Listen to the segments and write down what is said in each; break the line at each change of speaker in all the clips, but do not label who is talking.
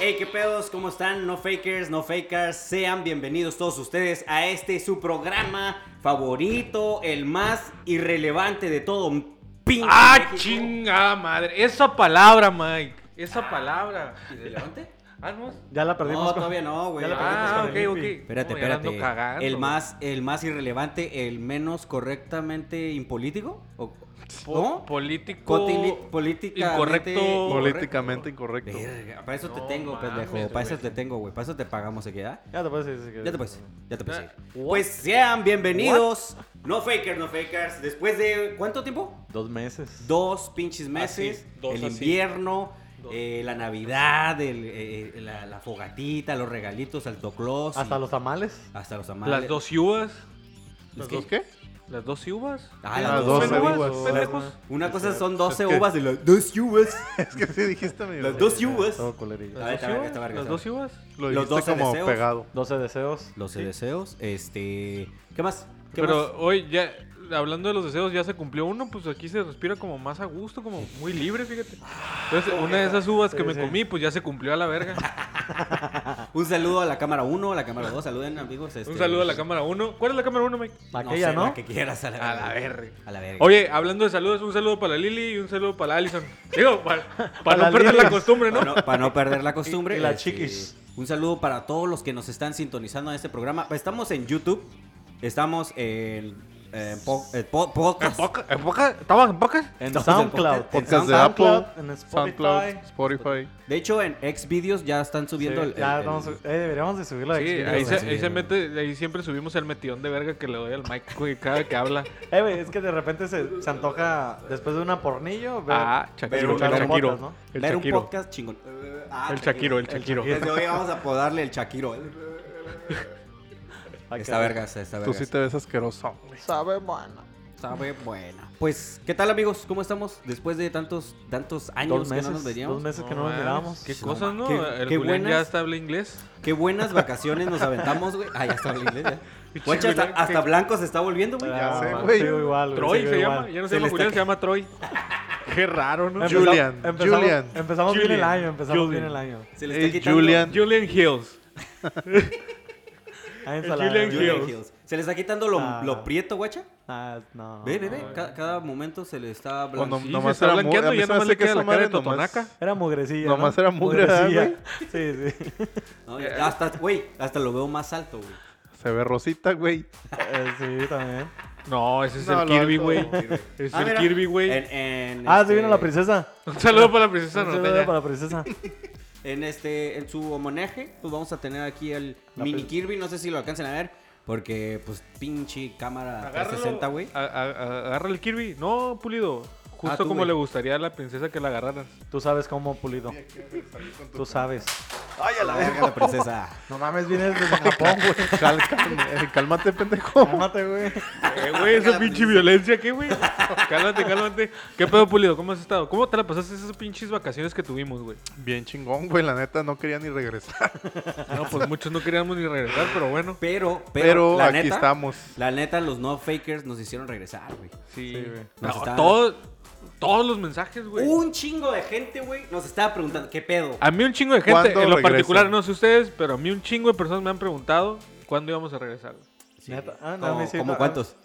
Hey, qué pedos, ¿cómo están? No fakers, no fakers, sean bienvenidos todos ustedes a este su programa favorito, el más irrelevante de todo. pinche
¡Ah,
México.
chingada madre! Esa palabra, Mike. Esa palabra.
¿Irrelevante?
Ah, no.
Ya la perdimos.
No,
con-
todavía no, güey.
Ya la perdimos
Ah,
con
ok,
el
ok.
hippie.
Espérate,
No, ya la ando
espérate.
cagando,
el
güey.
más, el más irrelevante, el menos correctamente impolítico. ¿O,
Po-
¿No?
Político.
Cotili- políticamente
incorrecto.
Políticamente incorrecto.
Verga, Para eso te
No
tengo,
mames,
pendejo. Para eso
güey.
te tengo, güey. Para eso te pagamos aquí, ¿ah?
Ya te puedes decir que-
Ya te puedes, ya te puedes
Eh,
ir. Pues sean bienvenidos, no fakers, no fakers. Después de cuánto tiempo?
Dos meses.
Dos pinches meses,
Así, Ah, dos
el
así.
invierno, eh, la Navidad, el, eh, eh, la, la fogatita, los regalitos, el toclos,
Hasta los tamales.
hasta los tamales.
Las dos uvas.
¿Las
¿Los qué?
Las dos uvas.
Ah,
Las
las
doce
dos.
¿Son
uvas.
pendejos?
Una cosa son 12
Es que-
uvas y las dos uvas.
Es que sí dijiste medio.
Las dos uvas.
Todo culerito.
A ver,
¿Las
está
dos
verga, está
uvas?
verga,
¿Las
está
dos uvas?
Lo
los
dijiste
doce
como
deseos.
pegado.
12 deseos.
Los deseos, este... ¿Qué más? ¿Qué más?
Pero hoy ya, hablando de los deseos, ya se cumplió uno, pues aquí se respira como más a gusto, como muy libre, fíjate. Entonces, una de esas uvas que
Sí,
me
sí.
comí, pues ya se cumplió a la verga.
Un saludo a la cámara 1, a la cámara 2, saluden amigos.
Un
este-
saludo a la cámara 1. ¿Cuál es la cámara 1, Mike?
Aquella,
sé,
¿no?
la que quieras a la,
A la verga.
A la verga.
Oye, hablando de saludos, un saludo para Lili y un saludo para Alison. Digo, para,
Para
no perder
Lili.
la costumbre, ¿no?
Para no, para no perder la costumbre.
Y- y la
este,
chiquis.
Un saludo para todos los que nos están sintonizando en este programa. Estamos en YouTube. Estamos en, en po- en po-
¿En
podcast.
poca? ¿En poca? ¿Estabas en poca?
En
Estamos
SoundCloud.
en
En
Podcast de
SoundCloud,
Apple,
En
SoundCloud,
Spotify.
Spotify.
De hecho, en Xvideos ya están subiendo
Sí,
el-
ya
el-
vamos a-
el-
eh, deberíamos de subirlo
Sí,
de
ahí
Xvideos,
se,
güey.
ahí se mete, ahí siempre subimos el metidón de verga que le doy al Mike güey, cada vez que habla.
Eh, güey, es que de repente se, se antoja, después de una pornillo, ver-
Ah,
Pero
Shakiro, el
un podcast,
Shakiro.
¿no?
El
ver un
Shakiro.
podcast chingón. Eh, ah,
El Shakiro, el Shakiro.
Desde hoy vamos a apodarle el Shakiro.
acá.
Esta verga, esta
Tú sí
verga.
te ves asqueroso.
Sabe bueno.
Sabe buena. Pues, ¿qué tal amigos? ¿Cómo estamos? Después de tantos, tantos años
Dos meses,
que no nos veíamos.
dos meses que no
No
nos
mames,
mirábamos.
Qué
No
cosas,
mames.
¿no?
Qué-
El
qué
Julián ya
buenas.
hasta habla inglés.
Qué buenas vacaciones nos aventamos, güey. Ah, ya está hablando inglés, ya. Guacha, hasta,
Chingón, qué-
hasta blanco se está volviendo, güey.
Ya
Ah,
sé,
man,
güey.
sigo igual, güey,
Troy
sigo
se
igual.
llama. Ya
Se
no
le
se llama
está
Julián, se llama Troy. Qué raro, ¿no?
Empezamos-
Julian,
empezamos-
Julian.
Empezamos bien
Julian,
el año, empezamos
Julian.
bien el año.
Se le
Hey,
está quitando.
Julian.
Julian Hills.
Hay ensalada,
Julian
güey.
Julian
Hills.
Hills. Se le está quitando lo,
Ah.
lo prieto, guacha.
Ah, no.
Ve, ve, ve. Ca- Cada, momento se le está
Cuando-
blanqueando.
Sí,
nomás
se está
era mu- a
blanqueando
mí
y ya
se me
nomás
hace
le
que
queda
esa
la cara de
madre nomás-
Totonaca.
Era mugrecilla.
Nomás
¿no?
era mugre, ¿verdad,
Mugrecilla. Sí, sí.
No, ya- hasta, güey, hasta lo veo más alto, güey.
Se ve rosita, güey.
Eh, sí, también.
No, ese es
No,
el
lo-
Kirby,
lo-
güey. Es
Ah,
el
mira.
Kirby, güey.
En, en,
Ah,
este,
sí vino la princesa.
Un saludo para la princesa
Un saludo
Norteña.
para la princesa.
En, este, en su homenaje, pues vamos a tener aquí al
La
mini
pres-
Kirby. No sé si lo alcancen a ver. Porque, pues, pinche cámara 360, güey. Ah,
A- a- a- Agarra el Kirby. No, pulido. Justo
tú,
como
güey.
le gustaría a la princesa que la agarraras.
Tú sabes cómo, Pulido. Tú sabes.
Ay, a la
Verga, la princesa.
No mames, vienes desde Japón, güey.
Cálmate, eh, pendejo.
Cálmate, güey.
Eh, güey, esa pinche violencia, ¿qué, güey? Cálmate, cálmate. ¿Qué pedo, pulido? ¿Cómo has estado? ¿Cómo te la pasaste esas pinches vacaciones que tuvimos, güey?
Bien chingón, güey. La neta, no quería ni regresar.
No, pues muchos no queríamos ni regresar, pero bueno.
Pero, pero,
Pero
la
aquí
neta,
estamos.
La neta, los no fakers nos hicieron regresar, güey.
Sí,
güey.
No,
Nos está-
todos, todos los mensajes, güey. Ah,
Un chingo de gente, güey, nos estaba preguntando, ¿qué pedo?
A mí un chingo de gente, en
¿Cuándo
lo
regresan?
particular, no sé ustedes, pero a mí un chingo de personas me han preguntado cuándo íbamos a regresar. güey.
Neta. Ah, no, a
¿Cómo,
mí sí,
cómo
no,
cuántos?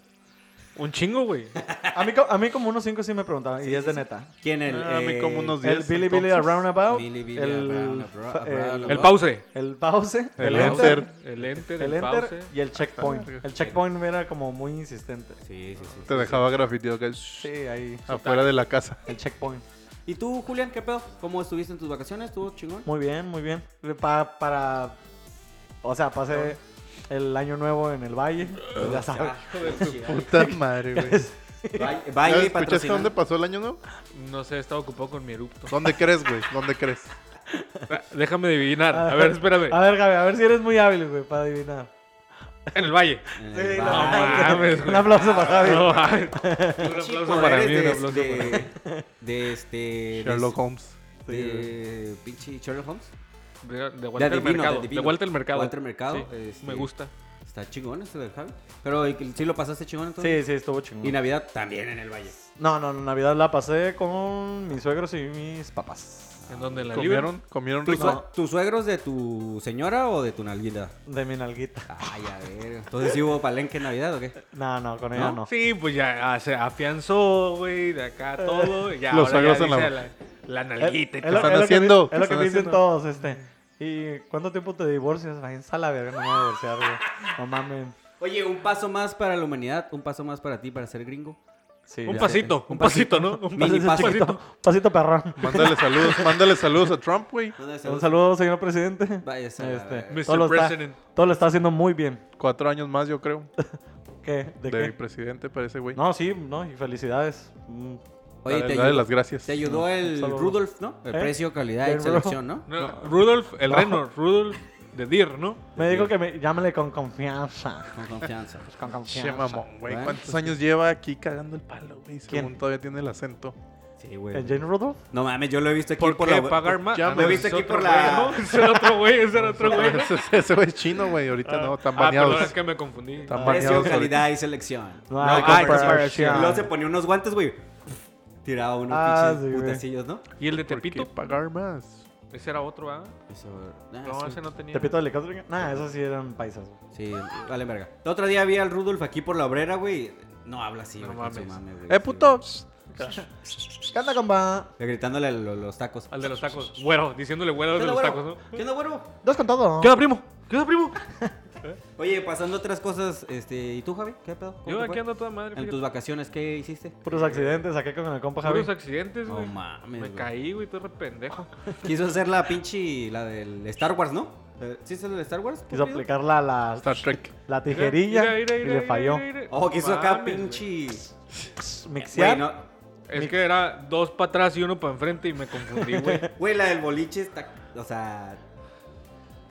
Un chingo, güey.
A mí, co- a mí como unos 5 sí me preguntaban. Y es de neta.
¿Quién el? eh,
Ah, a mí como unos
El
Diez,
Billy Billy
entonces.
Around
Billy Billy
El,
Around Abra-
fa-
Around
el,
El pause.
el pause.
El enter.
El enter, el,
El enter
pause.
y el checkpoint.
verga.
El checkpoint era como muy insistente.
Sí, sí, sí.
Te dejaba grafiteado acá, shh,
Sí, ahí.
afuera de la casa.
El checkpoint.
¿Y tú, Julián, qué pedo? ¿Cómo estuviste en tus vacaciones? ¿Estuvo chingón?
Muy bien, muy bien. Pa- para. O sea, pasé el año nuevo en el valle. pues ya sabes.
Puta madre, güey.
Baile,
¿Ya
baile
¿Escuchaste
patrocinado.
dónde pasó el año nuevo?
No sé, estaba ocupado con mi erupto.
¿Dónde crees, güey? ¿Dónde crees?
Ah, Déjame adivinar. A
Ah.
ver, espérame.
A ver, Gaby, a ver si eres muy hábil, güey, para adivinar.
En el valle.
En
Sí,
el
no,
baile.
mames,
Un
güey.
aplauso para
Ah,
Gaby.
No, a ver. un
Pinche
aplauso para mí, un
poderes
aplauso
de,
para mí.
de, de este... de-
Sherlock Holmes.
De, pinche Sherlock Holmes.
De, de
adivino,
Walter
de
Mercado. De,
adivino.
Walter Mercado.
Walter Mercado,
Sí,
este-
Me gusta.
Sí, Está chingón este del Javi. Pero ¿y- sí lo pasaste chingón entonces.
Sí, sí, estuvo chingón.
Y Navidad también en el Valle.
No, no, no, Navidad la pasé con mis suegros y mis papás.
¿En dónde la
¿Comieron?
libran?
¿Comieron
¿Tus,
rico?
sue- tus suegros de tu señora o de tu nalguita?
De mi nalguita.
Ay, a ver. Entonces sí hubo palenque en Navidad o qué?
No, no, con ella no.
Sí, pues ya ah, se afianzó, güey, de acá todo. Ya,
Los
ahora ya
suegros Ah. en
dice
la-
la... La
Es-
nalguita y
es
todo.
lo-
están
es lo que
haciendo?
di- Es lo que
¿Qué
me
están
dicen
haciendo?
todos, este. ¿Y cuánto tiempo te divorcias? Váyanse a la verga, no me voy a divorciar, güey. No mames.
Oye, un paso más para la humanidad, un paso más para ti para ser gringo.
Sí,
Un
ya.
pasito, un pasito, ¿no? Un
Mini
pasito.
paso.
pasito.
Pasito, pasito perrón.
Mándale saludos, mándale saludos a Trump, güey.
Un saludo, señor presidente. Este,
Váyase a la verga.
Mr.
todo, lo está,
President.
todo lo está haciendo muy bien.
Cuatro años más, yo creo,
¿Qué? ¿De
de,
qué?
presidente para ese güey.
No, sí, no, y felicidades. Mm.
Oye,
dale,
te
dale
ayudó,
las gracias.
te ayudó el
Solo-
Rudolf, ¿no? El
¿Eh?
precio, calidad y
El Rudolf.
selección, ¿no?
No, Rudolf, el reno, Rudolf de Deer, ¿no?
Me dijo que me llámale con confianza.
Con confianza.
Con
Che,
confianza.
mamón, güey.
Bueno,
¿Cuántos años lleva aquí cagando el palo, güey? Según todavía tiene el acento.
Sí, güey.
¿El Jane Rudolph?
No mames, yo lo he visto aquí
¿Por,
por,
qué
la...
pagar más?
Ya
Ah,
me
no,
viste
ese
aquí
otro
por la-
güey, ¿no? Ese era otro güey, ese era otro güey.
ese, ese güey es chino, güey. Ahorita no, están
Ah,
baneados.
perdón, es que me confundí.
Están
Precio,
baneados. ahorita.
calidad y selección.
No hay
ah,
comparación.
Y luego se ponía unos guantes, güey. Tiraba unos
Ah,
pinches
sí, güey.
putacillos, ¿no?
¿Y el de
¿Por qué
Tepito?
pagar más?
Ese era otro, ¿ah?
Eso, ah,
No,
sí.
ese no tenía.
¿Te pito helicóptero? Nah, esos sí eran paisas. güey.
Sí, vale verga. El otro día vi al Rudolf aquí por la obrera, güey. No habla así,
No
güey. con su
mames.
mame, güey. Sí,
¡Eh,
güey.
puto!
¿Qué onda, compa?
Gritándole a lo- los tacos.
Al de los tacos. Güero, diciéndole güero
¿Qué
de
onda,
los
güero?
tacos, ¿no?
¿Qué onda, güero?
Dos con todo.
¿Qué onda, primo? ¿Qué onda, primo?
Oye, pasando a otras cosas, este, ¿y tú, Javi? ¿Qué pedo? ¿Cómo
Yo
te
aquí
fue?
ando toda madre.
En tus vacaciones, ¿qué hiciste?
Puros accidentes, saqué con el compa Javi.
Puros accidentes,
No
güey.
mames,
Me
güey.
caí, güey, todo re pendejo.
Quiso hacer la pinche, la del Star Wars, ¿no? Eh, ¿Sí es el de Star Wars?
Quiso
Porfirio?
aplicar la, la,
Star Trek.
la
Mira,
tijerilla
mira, mira,
y
mira,
le falló.
mira, mira.
Oh, quiso acá
Mames, güey.
pinche... Güey,
Mixear.
no-
Es que era dos para atrás y uno para enfrente y me confundí, güey.
güey, la del boliche está... O sea...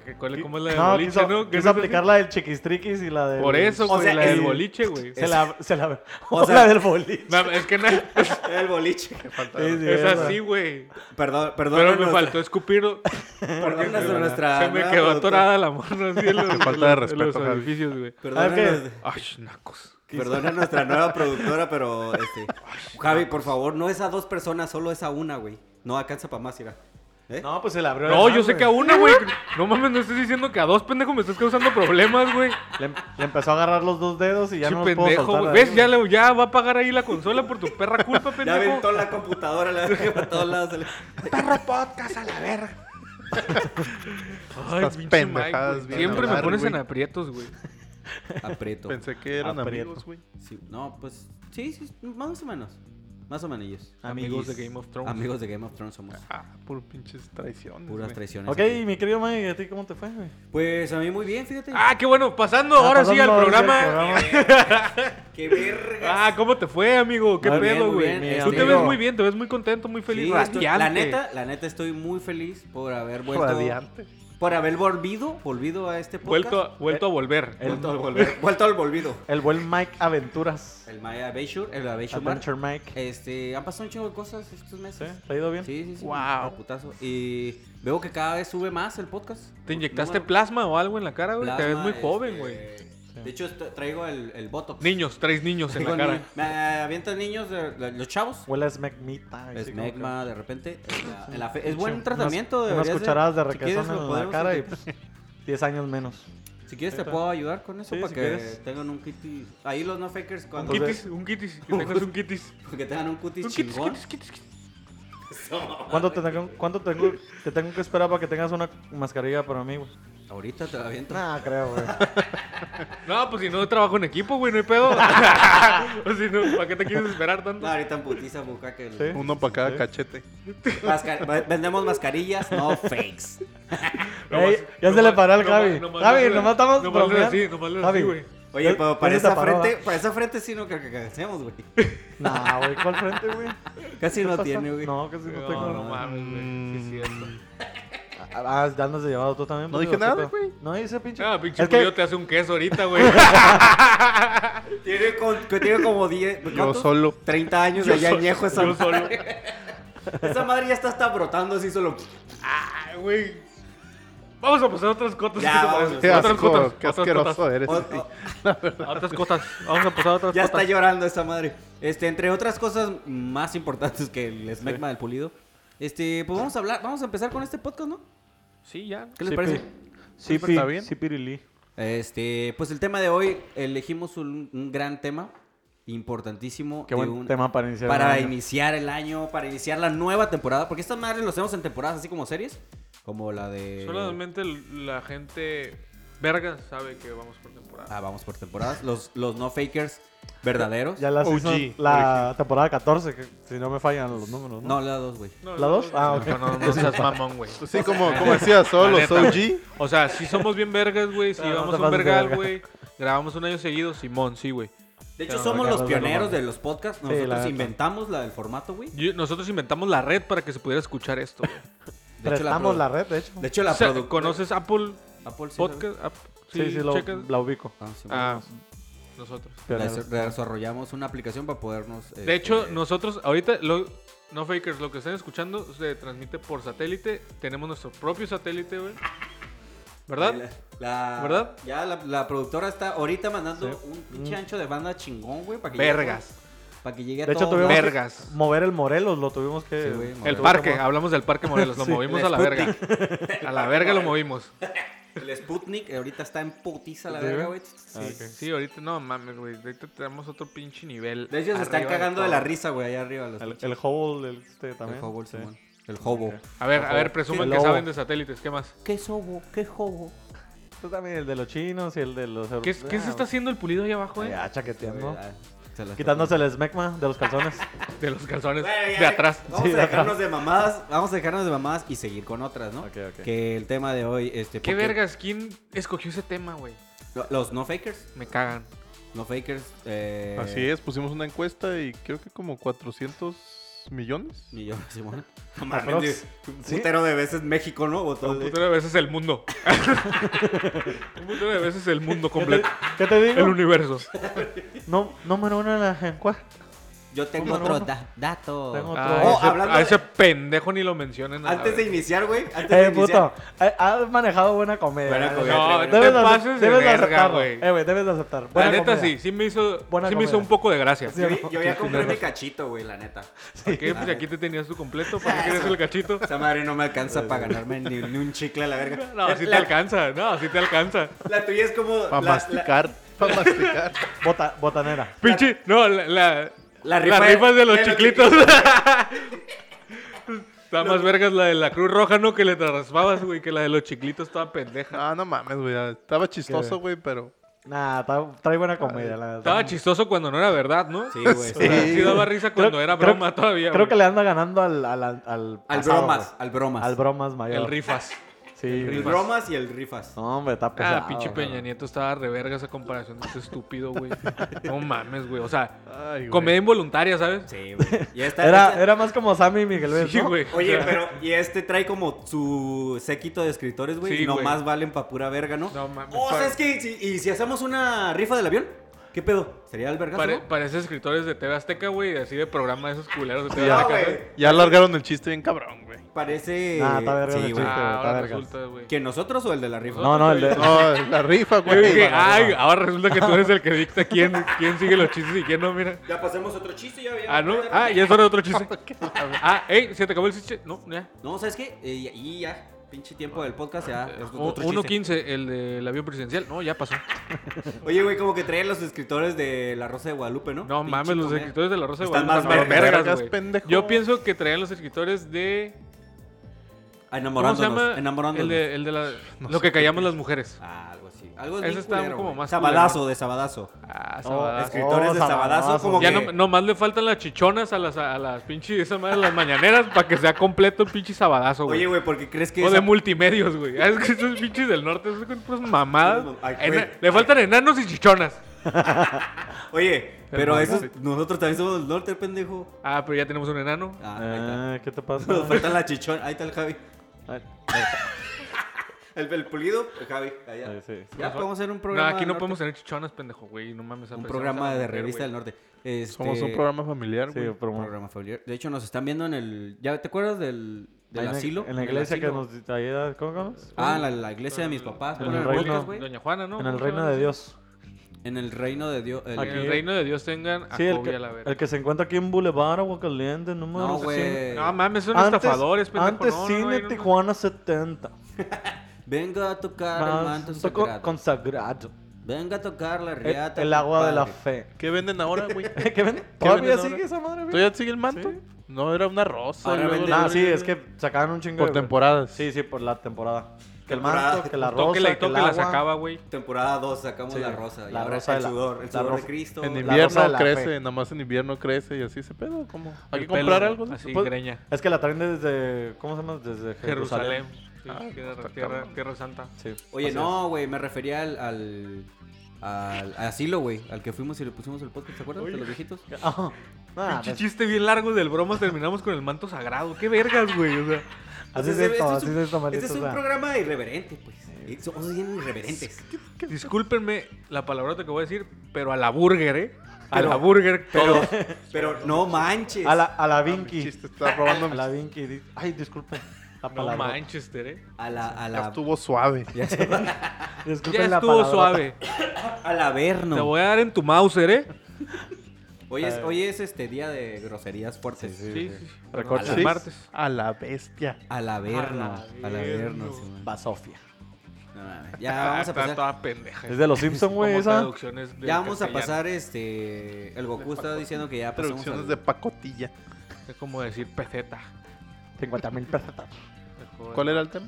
Que cuál- ¿Cómo es la de
No,
boliche,
quiso,
no? Que
quiso
no es así.
aplicar la del chiquistriquis y la del...
Por eso,
O
güey,
sea,
la del
el-
boliche, güey.
Se la... Se la
O
o
sea-
la del boliche.
No, es que na- es,
El boliche.
Sí, sí,
es
esa.
así, güey.
Perdón, perdón.
Pero me faltó escupirlo.
Perdón
se
a
me-
eh. nuestra...
Se me
nueva
quedó
productora.
atorada la mano así en los,
falta
en
de
los- en los
respeto, Javi.
edificios, güey.
Perdón
Ah,
a
¿qué?
nos-
Ay, nacos.
Perdón a nuestra nueva productora, pero este, Javi, por favor, no es a dos personas, solo es a una, güey. No alcanza para más, irá. ¿Eh?
No, pues se la abrió.
No,
además,
yo sé
güey.
que a una, güey. No mames, no estés diciendo que a dos pendejos me estás causando problemas, güey.
Le, em- le empezó a agarrar los dos dedos y ya
Che,
no los puedo
pendejo,
soltar.
güey.
de ahí,
¿Ves? Ya, le- ya va a pagar ahí la consola por tu perra culpa,
Ya aventó
pendejo.
la computadora, la dejé para todos lados. sale.
Ay,
Estas
pinche Mike,
pendejadas
güey.
bien
Siempre me
hablar,
pones
güey.
en aprietos, güey.
Aprieto.
Pensé que eran
Aprieto.
amigos, güey.
Sí, no, pues, sí, sí, más o menos. Más o menos ellos.
Amigos de Game of Thrones. pues,
Amigos de Game of Thrones somos.
Ah, por pinches traiciones.
Puras
güey.
traiciones.
Ok,
aquí.
mi querido Mike, ¿a ti cómo te fue, güey?
Pues a mí muy bien, fíjate.
Ah, qué bueno. Pasando ahora sí al
Pasando
programa.
¡Qué verga!
Ah, ¿cómo te fue, amigo? ¿Qué
Muy bien,
pedo,
muy bien,
güey? Tú
mi
te
amigo.
ves muy bien, te ves muy contento, muy feliz.
Sí, estoy- la
radiante.
neta, la neta estoy muy feliz por haber vuelto.
Radiante.
Por haber volvido, volvido a este podcast.
Vuelto, vuelto a volver.
El-
Vuelto al volver. Vuelto al volvido.
El buen Mike Aventuras.
El Maya Bayshore, el Bayshore Mar.
Adventure Mike. Eh,
Este, han pasado un chingo de cosas estos
¿Sí?
meses.
¿Te ha ido bien?
Sí, sí, sí.
Wow.
a putazo. Y veo que cada vez sube más el podcast.
¿Te inyectaste
No,
plasma o algo en la cara, güey?
plasma,
te ves muy
este,
joven, güey.
De hecho, esto- traigo el, el botox.
Niños, tres niños en
Traigo
la cara.
ni- Me avientan niños, de- de- los chavos.
Huele a smegmita.
Es magma de repente. en la- en la fe- es buen tratamiento.
Unas,
deberías
unas cucharadas de
si quieres,
requesón
lo
en la
podemos
cara y pues,
hacer.
pff, 10 años menos.
Si quieres, te
Neta.
puedo ayudar con eso
Sí,
para
si
que
quieres.
tengan un kitty. Ahí los no fakers,
Un
cuando
kitis, un kitis, que tengas un kitis.
que tengan un cutis
Un kitis,
chingón.
kitis, kitis, kitis.
¿Cuánto, te tengo, cuánto tengo, te tengo que esperar para que tengas una mascarilla para mí, güey?
Ahorita te la aviento.
Nah, creo, güey.
No, pues si no trabajo en equipo, güey, no hay pedo. o si no, ¿para qué te quieres esperar
No,
tanto?
ahorita en putiza busca que el-
Sí.
Uno para cada cachete.
Masca- va- Vendemos mascarillas, no fakes.
Ey, ya se le paró al Javi. Javi, nomás
Nomás
estamos
le
bromeando.
así, nomás le así,
Javi.
güey.
Oye,
Ya-
pero
ya
para
se
esa
taparó,
frente, para esa frente sí no creo que hacemos, güey.
Nah, güey, ¿cuál frente, güey?
Casi
¿Qué
no
pasa?
tiene, güey.
No, casi no tengo.
No,
Mm.
no mames, güey. Sí, es cierto.
Ah, ah, andas de llevado tú también.
No
pues, digo,
dije
¿qué
nada,
pedo?
güey.
No, ese pinche.
Ah, pinche
es que-
cuyo te hace un queso ahorita, güey.
Tiene, con- que tiene como 10.
Yo
¿cuántos?
solo.
30 años de allá añejo esa
Yo solo.
madre. Esa madre ya está hasta brotando así solo.
Ah, güey. Vamos a pasar a otras cotas.
Ya,
¿qué te
vamos.
parece?
Qué
otras
asco,
cotas.
qué
otras
asqueroso
cotas.
eres.
O- o-
Otras cotas. Vamos a pasar a otras
ya está
cotas.
llorando esta madre. Este, entre otras cosas más importantes que el smegma del pulido. Este, pues vamos a hablar, vamos a empezar con este podcast, ¿no?
Sí, ya.
¿Qué les
Sí, pues.
parece?
pi-
Sí,
Sí,
pero está bien.
sí, pirilí.
Este, pues el tema de hoy elegimos un, un gran tema importantísimo
Qué
de
buen
un-
tema para iniciar.
para
un año.
iniciar el año, para iniciar la nueva temporada, porque estas madres los hacemos en temporadas así como series, como la
Eh.
de
Solamente la gente verga sabe que vamos por temporada.
Ah, vamos por temporadas, los los no fakers verdaderos.
Ya las
OG,
hizo
por
la temporada 14, que si no me fallan los números, ¿no?
No, la dos, güey.
No,
¿La
no,
dos?
no,
Ah,
no,
ok.
No, no, no seas mamón, güey.
Pues sí, como, como decía, solo
La
los
neta,
OG.
O sea, si somos bien vergas, güey. Si
No, no
vamos
te
a un
pases de
vergal,
verga.
güey. Grabamos un año seguido, Simón, sí, güey.
De hecho,
No,
somos
ya
los
no, ya no,
pioneros
no.
de los podcasts.
Sí, la
Nosotros
neta.
inventamos la del formato, güey.
Yo- Nosotros inventamos la red para que se pudiera escuchar esto, güey.
De hecho,
Prestamos la,
produ-
red, de hecho.
De hecho, la
O sea,
produ-
¿Conoces Apple
Apple sí,
Podcast? App-
sí, sí, lo,
checas.
la ubico.
la- Ah, sí,
Ah, nosotros.
bueno.
Pioneros.
Des- Desarrollamos una aplicación para podernos. este,
De hecho,
Este,
nosotros ahorita, lo- no fakers, lo que están escuchando se transmite por satélite. Tenemos nuestro propio satélite, güey. ¿Verdad?
La,
¿Verdad?
Ya la, la productora está ahorita mandando
Sí. Mm.
un pinche ancho de banda chingón, güey. Para que llegue-
Vergas.
Para que llegue a
De hecho,
todo.
tuvimos que
Vergas.
mover el Morelos, lo tuvimos que...
Sí, güey,
El
Morelos.
parque, hablamos del parque Morelos, lo
Sí,
movimos
el
a la verga. A la verga lo movimos.
El Sputnik ahorita está en putiza la
¿Sí? Ah.
verga, güey.
Ah, Sí, ahorita no mames, güey. Ahorita tenemos otro pinche nivel.
De hecho, se están
arriba
cagando de,
todo.
la risa, güey, allá arriba. Los
El,
pinches-
el Hubble, el este también.
el hobo, el
sí.
Simón. El hobo.
A ver, a ver, presumen
El
que
lobo.
saben de satélites. ¿Qué más?
¿Qué sobo? ¿Qué hobo?
Tú también, el de los chinos y el de los...
¿Qué, es- qué se está haciendo el pulido ahí abajo, eh?
Ya, chaqueteando.
Ah, se las-
Quitándose el smegma de los calzones.
De los calzones
Bueno, ya,
de atrás.
Vamos
Sí,
a
de
dejarnos de mamadas. Vamos a dejarnos de mamadas y seguir con otras, ¿no?
Ok, ok.
Que el tema de hoy, este.
¿Qué
porque
vergas? ¿Quién escogió ese tema, güey?
lo- Los no fakers.
Me cagan.
No fakers. Eh,
Así es, pusimos una encuesta y creo que como 400 millones.
Y yo, Simón. No
Aprox.
mames, un
¿Sí?
putero de veces México, ¿no? Votó
Un
de-
putero de veces el mundo. Un putero de veces el mundo completo.
¿Qué te
El
digo?
universo.
No, número uno en la encuesta.
Yo tengo
Número
otro
uno.
da- dato.
Tengo otro.
Ah,
Oh,
ese-
hablando
a
de-
ese pendejo ni lo mencionen. a la
Antes de
verga.
iniciar, güey. Antes de
Eh,
iniciar.
puto. eh, Has manejado buena comedia.
Buena
eh.
comedia.
No,
Debes
te
Debes, de ace-
pases de
debes de
verga,
aceptarlo.
güey.
Eh, güey, debes de aceptar.
La
Buena
neta
comedia.
sí, sí me hizo,
Buena
sí me hizo
comedia.
un poco de gracia.
Sí,
Yo, vi- yo ya compré mi
Vergas.
cachito, güey, la neta.
¿Por qué? Pues aquí te tenías tu completo, ¿para qué quieres el cachito?
Esa madre no me alcanza para ganarme ni, ni un chicle a la verga.
No, así te
la,
alcanza, no, así te alcanza.
la tuya es como. la- la-
Para masticar. Para masticar.
Bota- botanera.
Pinche, no, la, la,
La
la
rifa
rifa,
de-
de los
de los
chiclitos. Está más vergas la de la Cruz Roja, ¿no? Que le raspabas, güey, que la de los chiclitos estaba pendeja.
No, no mames, güey. Estaba chistoso, güey, pero.
Nah, ta- trae buena comedia, la verdad.
Estaba chistoso cuando no era verdad, ¿no?
Sí, güey.
O sea, sí daba risa
Creo-
cuando era
creo-
broma todavía.
Creo que
güey.
le anda ganando al. Al, al, al
Al
pasado,
bromas,
güey.
al bromas.
Al bromas mayor.
El rifas.
Sí,
El
güey.
rifas.
bromas y el rifas.
No, hombre, está pesado.
Ah, pinche
güey.
Peña Nieto estaba re verga esa comparación de ese estúpido, güey. No mames, güey. O sea,
Ay, güey.
comedia involuntaria, ¿sabes?
Sí, güey. Y esta-
Era,
esta-
era más como Sammy y Miguel Vélez,
Sí,
¿no?
güey.
Oye,
O sea,
pero. Y este trae como su séquito de escritores, güey.
Sí,
y nomás
güey.
valen pa' pura verga, ¿no?
No mames,
O sea,
pa-
es que. si- ¿Y si hacemos una rifa del avión? ¿Qué pedo? ¿Sería el vergazo?
pare-
no?
parece escritores de TV Azteca, güey, así de programa de esos culeros de TV
No,
Azteca. Ah,
güey.
¿sabes?
Ya alargaron el chiste bien cabrón, güey.
Parece.
Ah, está verga
Sí,
ese
güey.
chiste.
Ah,
está
ahora
vergas.
resulta, güey.
¿Quién nosotros o el de la rifa?
No, no, el de.
No, la rifa,
Yo dije,
güey.
ay, ahora resulta que tú eres el que dicta quién, quién sigue los chistes y quién no, mira.
Ya pasemos otro chiste, ya, ya.
Ah, no, ah, ya es hora de otro chiste. Ah, ey, se te acabó el chiste. No, ya.
No, ¿sabes qué? Eh, y- y ya, pinche tiempo del podcast, ya. es
O-
otro chiste.
1.15, el del avión presidencial. No, ya pasó.
Oye, güey, como que traen los escritores de La Rosa de Guadalupe, ¿no?
No
Pinche
mames, los
comedia.
escritores de La Rosa de
Están
Guadalupe
más
estaban
vergas,
güey.
pendejo.
Yo pienso que traían los escritores de...
Ah,
¿Cómo se
Enamorándonos.
llama?
Enamorándonos.
El de, el de la- lo que callamos las mujeres.
Ah, algo así. Algo
Ese
bien
está
culero,
como
güey.
más
Sabadazo,
culero.
de Sabadazo.
Ah,
No,
sabadazo.
es
Escritores
Oh,
de Sabadazo,
sabadazo.
como
Ya
que...
no, nomás le faltan las chichonas a las, a las pinches, esa madre, las mañaneras, para que sea completo el pinche sabadazo, güey.
Oye, güey, porque crees que...
O
esa-
de multimedios, güey. Ah, Es que esos pinches del norte esos son puras mamadas.
Ay,
Ena-
güey.
le faltan enanos y chichonas.
Oye, pero
mamá,
esos... Nosotros también somos del norte, pendejo.
Ah, pero ya tenemos un enano.
Ah, ahí está.
Ah, ¿Qué te pasa?
Nos falta la chichón. Ahí está el Javi.
Ay,
El, el pulido, el Javi. Allá.
ay, sí.
Ya
Nos-
podemos hacer un
No,
programa
aquí
del
no
norte.
podemos tener chichonas, pendejo, güey. No mames.
Un
apreciamos a
programa
la
de
mujer,
revista
güey.
del norte. Este,
Somos un programa familiar,
Sí,
güey.
pero
programa familiar. De hecho, nos están viendo en el. ¿Ya te acuerdas del del
Ahí en-
asilo.
En la
del
iglesia que
asilo.
nos traía, ¿cómo llamas?
Ah, la, la iglesia de mis papás.
En
Bueno,
el
el
reino-
podcast, güey.
pues, Doña Juana, ¿no?
En
¿Cómo
el
se
reino
llama?
de Dios.
En el reino de Dios. el-
En el
Aquí-
reino de Dios tengan a
Sí, el
Kobe
que,
a la verga.
el que se encuentra aquí en Boulevard, Aguacaliente, no mames.
No, güey.
No mames, son
Antes-
estafadores, pendejo.
Antes
no, no,
Cine
no, no, no.
Tijuana 70.
Vengo a tocar el
Más
manto
toco-
sagrado.
consagrado.
Venga a tocar la
El,
riata.
el agua de la
compadre.
fe.
¿Qué venden ahora, güey?
¿Qué ven? ¿Todavía
venden
sigue
ahora?
esa madre? güey?
¿Todavía sigue el manto?
Sí.
No, era una rosa.
Ahora
y luego
venden-
la-
Ah, sí, es que sacaban un chingo
Por
de-
temporadas.
Sí, sí, por la temporada. Que el
Temporada.
manto, que la rosa,
Tóquela y
que el
tóquela,
agua.
sacaba, güey.
Temporada 2 sacamos la rosa. y
la
ahora
rosa
el
de la-
sudor. El
la
sudor de
rosa.
Cristo.
En
la-
invi- rosa
invierno
de la
crece,
fe.
nada más en invierno crece y así ese pedo. ¿Cómo? ¿Hay
El
que
pelo,
comprar algo? no?
Así,
Pues-
greña.
Es que la traen desde, ¿cómo se llama? Desde
Jerusalén.
Jerusalén.
Sí,
Ah,
tierra-
está
tierra,
cabrón.
tierra Santa.
Sí.
Oye,
así
no, güey. Me refería al, al, al asilo, güey. Al que fuimos y le pusimos el podcast. ¿Te acuerdas? De los viejitos.
es. Ah, nada,
Pinche
pues,
chiste bien largo del bromas terminamos con el manto sagrado. Qué vergas, güey. O sea,
así
O
es
sea,
esto,
este
así es esto,
Este
maldito
es un
sea.
programa irreverente, pues. Y Somos bien irreverentes.
discúlpenme la palabrota que voy a decir, pero a la burger, ¿eh? A
Pero-
la burger,
Pero,
todo.
pero no manches.
A la, a la
Ah, mi
Vinky.
chiste está robando
A la Vinky. di- Ay, disculpen. La
No
palabra.
Manchester, ¿eh?
A la, a
Ya
la,
estuvo suave.
ya se-
Disculpen
Ya
la
estuvo
palabrota.
suave.
al averno.
Te voy a dar en tu Mauser, ¿eh?
Hoy es, hoy es este día de groserías fuertes.
Sí, sí. sí.
Recortes.
A la martes.
A la bestia.
Al averno.
Al
Al averno.
averno.
sí, man.
Va Sofía.
No mames. Ya vamos a
Está
pasar.
toda pendeja.
Es de los Simpsons, güey,
Como
esa.
traducciones del
Ya vamos a
castellano.
pasar este. El Goku está diciendo que ya pasamos.
Traducciones
al-
de pacotilla.
Es como decir peseta.
50 mil pesetas.
¿Cuál era el tema?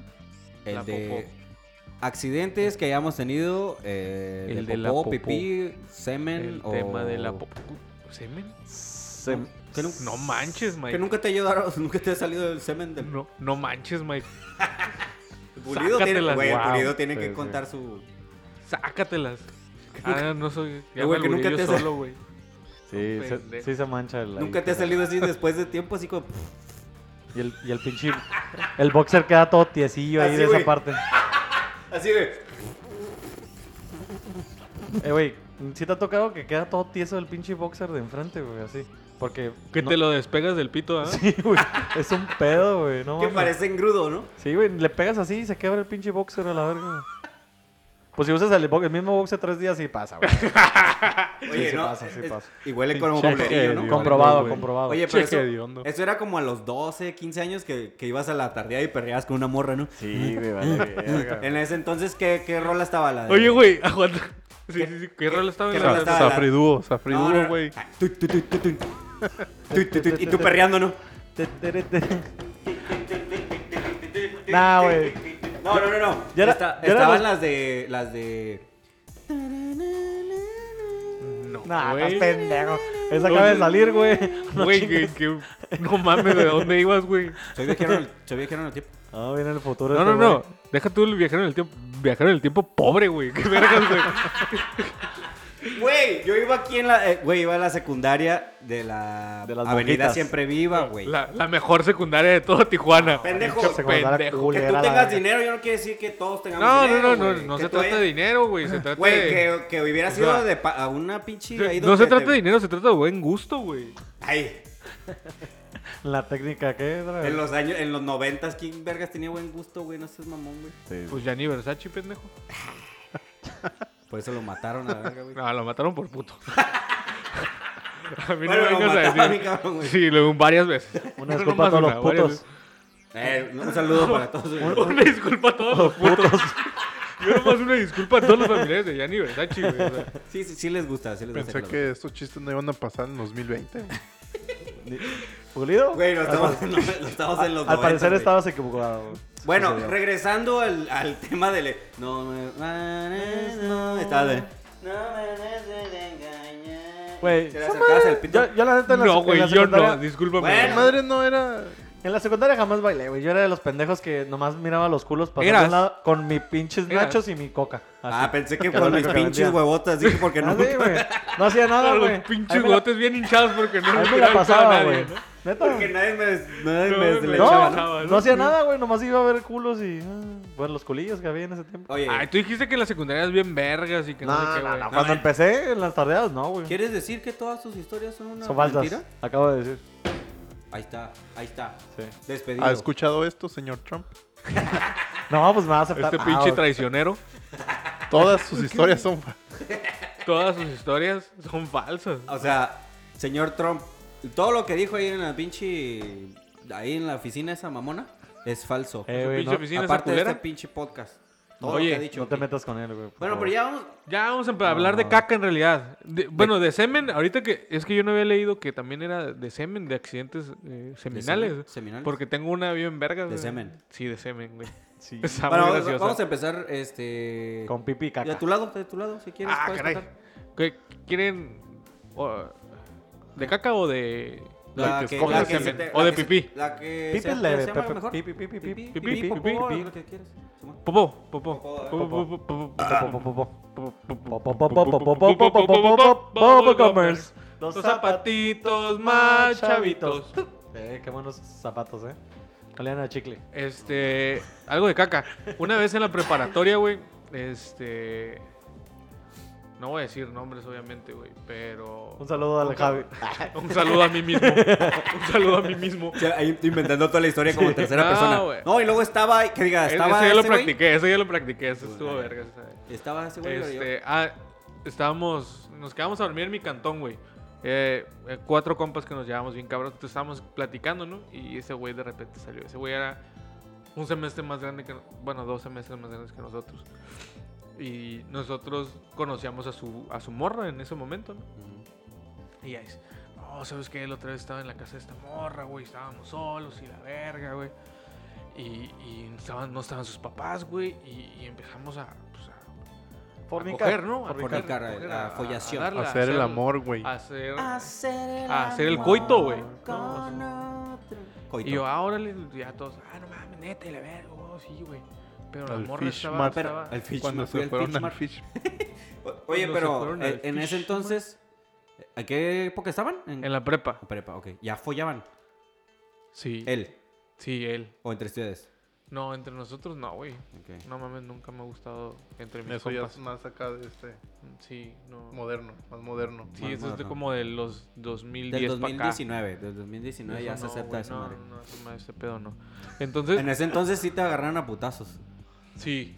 El
La
de. Accidentes que hayamos tenido. eh,
El
de
de la
popó,
popó.
pipí, semen.
El
o-
tema de la... po- ¿Semen?
Se-
Que nu-
No manches, Mike.
Que nunca te ayudaron. Nunca te ha salido el semen del.
No, no manches, Mike.
Pulido tiene,
sácatelas,
güey,
wow.
Pulido tiene
pues,
Sí,
que
sí.
contar su.
Sácatelas. Ah, no soy... Ya
Güey,
me
que nunca
alburé
te
yo
hace-
solo, güey.
Sí,
No,
se,
pendejo.
sí se mancha el.
Nunca te ha salido así después de tiempo, así como.
Y el, y el pinche. El boxer queda todo tiesillo ahí
Así,
de
güey.
esa parte.
Así de.
Eh, güey, si te ha tocado que queda todo tieso el pinche boxer de enfrente, güey, así. Porque.
Que
no-
te lo despegas del pito, ¿ah?
Sí, güey. Es un pedo, güey. No
Que
mames.
parece engrudo, ¿no?
Sí, güey, le pegas así y se quebra el pinche boxer a la verga. güey. Pues si usas el, bo- el mismo boxer tres días, sí pasa, güey.
Oye,
sí
no.
pasa, sí
es-
pasa.
Y huele como
Pinche
culerillo, ¿no?
hediondo,
comprobado,
güey.
comprobado.
Oye, pero
Pinche
eso,
hediondo.
eso era como a los 12, 15 años que, que ibas a la tardía y perreabas con una morra, ¿no?
sí, güey, vale, verga.
En ese entonces, ¿qué, qué rola estaba la de-
Oye, güey, aguanta. Sí, sí, sí. ¿Qué rol estaba
qué
en
rola
la...
estaba? la-
Safridúo,
No, no,
safridúo,
no.
güey.
Ah, tu, tu, tu, tu, tu. Tu, tu, tu, Y tú perreando, ¿no?
Te- te- te- Nah, güey.
No, no, no, no.
Ya era-
Esta-
ya era
estaban
los-
las de. Las de.
No,
Nah,
güey.
estás pendejo. Esa acaba de salir, güey. No
Güey,
chingues.
que, que- No mames, ¿de dónde ibas, güey?
Soy viajero en el- soy viajero en el tiempo.
Ah, viene el futuro.
No,
este
no, no.
güey.
Deja tú el viajero en el tiempo. Viajero en el tiempo pobre, güey. Qué vergas, güey.
Güey, yo iba aquí en la. eh, Güey, iba a la secundaria de la
De las
Avenida
monjitas. Ah,
Siempre Viva, güey.
La, la mejor secundaria de toda Tijuana.
Pendejo.
Pinche
secundaria
pendejo.
culera.
Que tú
la
tengas
verga.
dinero, yo no quiero decir que todos tengamos
No, no,
dinero.
no, no,
güey.
no
Que
se
tú
trata
eres-
de dinero, güey. Se trata
Güey,
de.
que, que hubiera
o
sido
sea,
de pa- a una pinche. ahí
No
donde
se trata
te-
de dinero, se trata de buen gusto, güey.
Ay,
La técnica, ¿qué? era?
en los años, en los noventas, ¿quién vergas tenía buen gusto, güey? No seas mamón, güey.
Pues Gianni Versace, pendejo.
Por eso lo mataron a la verga, güey.
No, Ah, lo mataron por puto. A mí
Bueno,
no
lo
me vengas a
mataron,
decir.
cabrón, güey.
sí, lo varias veces.
Una
No
disculpa a
nomás
todos los
una, varias
putos.
veces.
Eh, un saludo para todos. güey.
Una disculpa a todos los putos. Yo nomás una disculpa a todos los familiares de Gianni Versace, güey. o sea.
Sí, sí, sí les gusta, sí les gusta.
Pensé
claro.
que estos chistes no iban a pasar en 2020.
¿Pulido?
Güey, no
Al-
estamos, no, no estamos en los
Al
90,
parecer
güey.
estabas equivocado. güey.
Bueno,
Sucedió.
regresando al, al tema del... No me manes, no... Estaba de... No me dejes de engañar.
Güey,
¿Te le
esa
acercabas
madre-
al pito?
yo, yo la neta en la,
No,
en
güey,
la
yo no.
secundaria-
Discúlpame.
Bueno,
La madre no era.
En la secundaria jamás bailé, güey. Yo era de los pendejos que nomás miraba los culos pasar de
Eras.
un lado con mis pinches
Eras.
nachos y mi coca.
Ah,
Así.
pensé que
Que
con
lo
mis
único que
pinches
vendían.
huevotas. Dije, porque no...
Así, güey. No hacía nada,
Todos los
güey.
pinches
Ahí me la-
gotes bien hinchados porque no
Ahí
les
me
tiraba
la
el pedo a
pasaba,
nadie,
güey.
¿no?
Neta.
Porque nadie me... Nadie
No,
me le
me la
echaba,
No,
¿no?
echaba,
no
¿no?
hacía nada, güey. Nomás iba a ver culos y. ah, bueno, los culillos que había en ese tiempo. Ah,
Oye,
Ay, tú dijiste que la secundaria es bien vergas y que no, sé qué, güey.
Cuando empecé en las tardeadas, no, güey.
¿quieres decir que todas tus historias son una
Son falsas.
mentira?
Acabo de decir.
Ahí está, ahí está.
Sí.
Despedido.
Ah,
¿Ha escuchado esto, señor Trump?
No, pues me vas a aceptar.
Este
Ah,
pinche
ok.
traicionero.
Todas sus historias son fa-
Todas sus historias son falsas.
O sea, señor Trump, todo lo que dijo ahí en la pinche. Ahí en la oficina esa mamona es falso.
Eh,
Su
güey,
pinche
no-
oficina esa
Aparte de este
culera.
pinche podcast. Todo
Oye,
lo que ha dicho.
No te
aquí.
metas con él, güey. por
Bueno,
favor.
pero ya vamos.
Ya vamos a hablar
Ah.
de caca en realidad. De- bueno, de semen, ahorita que es que yo no había leído que también era de semen, de accidentes eh, seminales.
semen? ¿Seminales?
Porque tengo una bien verga. güey.
semen.
Sí, de semen, güey.
Sí.
Está
Bueno,
muy
vamos-
graciosa.
vamos a empezar este.
Con pipi y
De
caca.
tu lado, de tu lado, si quieres.
Ah,
puedes
caray.
contar.
¿Qué- ¿Quieren o- de caca o de...
La
de
que-
escoge
la
de
que se
semen?
te-
o
la
de
que se-
pipí.
La que
Pipi
sea-
es leve,
se llama
pepe.
mejor.
Pipi, pipi, pipi,
Pipí,
pipi,
popó,
pipi,
lo
pipi.
que quieres. Simón.
Popó, popó.
Popó,
Popó,
popó.
popó, popó.
Po, po, po, po.
Popó Gomers.
Los
Los
zapatos
zapatitos
más
más
chavitos.
chavitos.
Eh, qué buenos zapatos, eh. Olean a chicle.
Este, algo de caca. Una vez en la preparatoria, güey, este no voy a decir nombres obviamente, güey, pero
Un saludo al Javi.
un saludo a mí mismo. Un saludo a mí mismo.
Sí, ahí inventando toda la historia como tercera
No,
persona.
güey.
No, y luego estaba, que diga,
Ese
estaba
ya lo
ese güey.
practiqué, ese ya lo practiqué, ese estuvo verga, ese.
Estaba ese güey. pero yo-
Este, ah, estábamos, nos quedamos a dormir en mi cantón, güey. Eh, eh, cuatro compas que nos llevamos bien cabrón, entonces estábamos platicando, ¿no? Y ese güey de repente salió. Ese güey era un semestre más grande que, no- bueno, dos semestres más grandes que nosotros. Y nosotros conocíamos a su, a su morra en ese momento, ¿no? Y ahí dice, no, ¿sabes qué? La otra vez estaba en la casa de esta morra, güey, estábamos solos y la verga, güey. Y, y estaban, no estaban sus papás, güey, y, y empezamos a, pues, a a coger, ¿no? A
fornicar,
coger,
a-
coger,
la follación.
darle,
hacer el amor, güey.
a hacer-
Ah, Hacer el,
a Este, hacer el
amor
coito, güey.
con otro. Coito.
Y yo, ahora le ya todos, ah, no mames, neta, y la verga, oh, sí, güey. Pero la
Al
morra
fish
estaba,
mart.
estaba-
El Fitch
cuando
Mart, fui
se
al
fueron
Fitch
al
Mart.
Fish.
O- Oye,
cuando se
pero
fueron Pues al
eh, en ese
Fish Mart.
entonces, ¿a qué época estaban? En,
en la prepa.
prepa, ok. Ya follaban.
Sí,
Él
sí, él.
o entre ustedes.
No, entre nosotros no, güey.
Ok.
No mames, nunca me ha gustado entre mis
Eso ya
compas.
es más acá de este
Sí, no.
moderno, más moderno.
Sí,
Más
eso es de
moderno.
como de los 2010
Del
para acá.
2019, del 2019 ya
Eso
se
no,
acepta
güey,
esa
no,
madre.
No, no, esa madre, ese pedo no. Entonces,
En ese entonces sí te agarraron a putazos.
sí.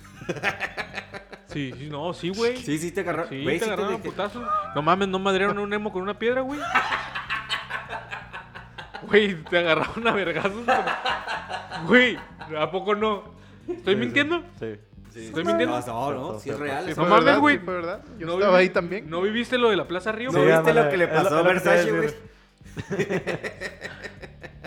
Sí, sí, no, sí, güey.
Sí, sí te agarraron.
Sí,
güey,
te
sí te
agarraron a
dije-
putazos. No mames, no madrearon a un emo con una piedra, güey. Güey, te agarraron a vergazos. con- Güey, ¿a poco no? ¿Estoy mintiendo?
Sí.
Sí.
¿Estoy mintiendo?
No, no, no, sí es real.
Sí
es
No
fue
mames,
verdad,
güey.
sí fue verdad. Yo
¿No
estaba
vivi-
ahí también.
¿No viviste lo de la Plaza Río?
¿No
Sí,
güey?
viste lo
ándale,
que le
es lo-
pasó a
es lo que te iba a
Versace, güey?
decir,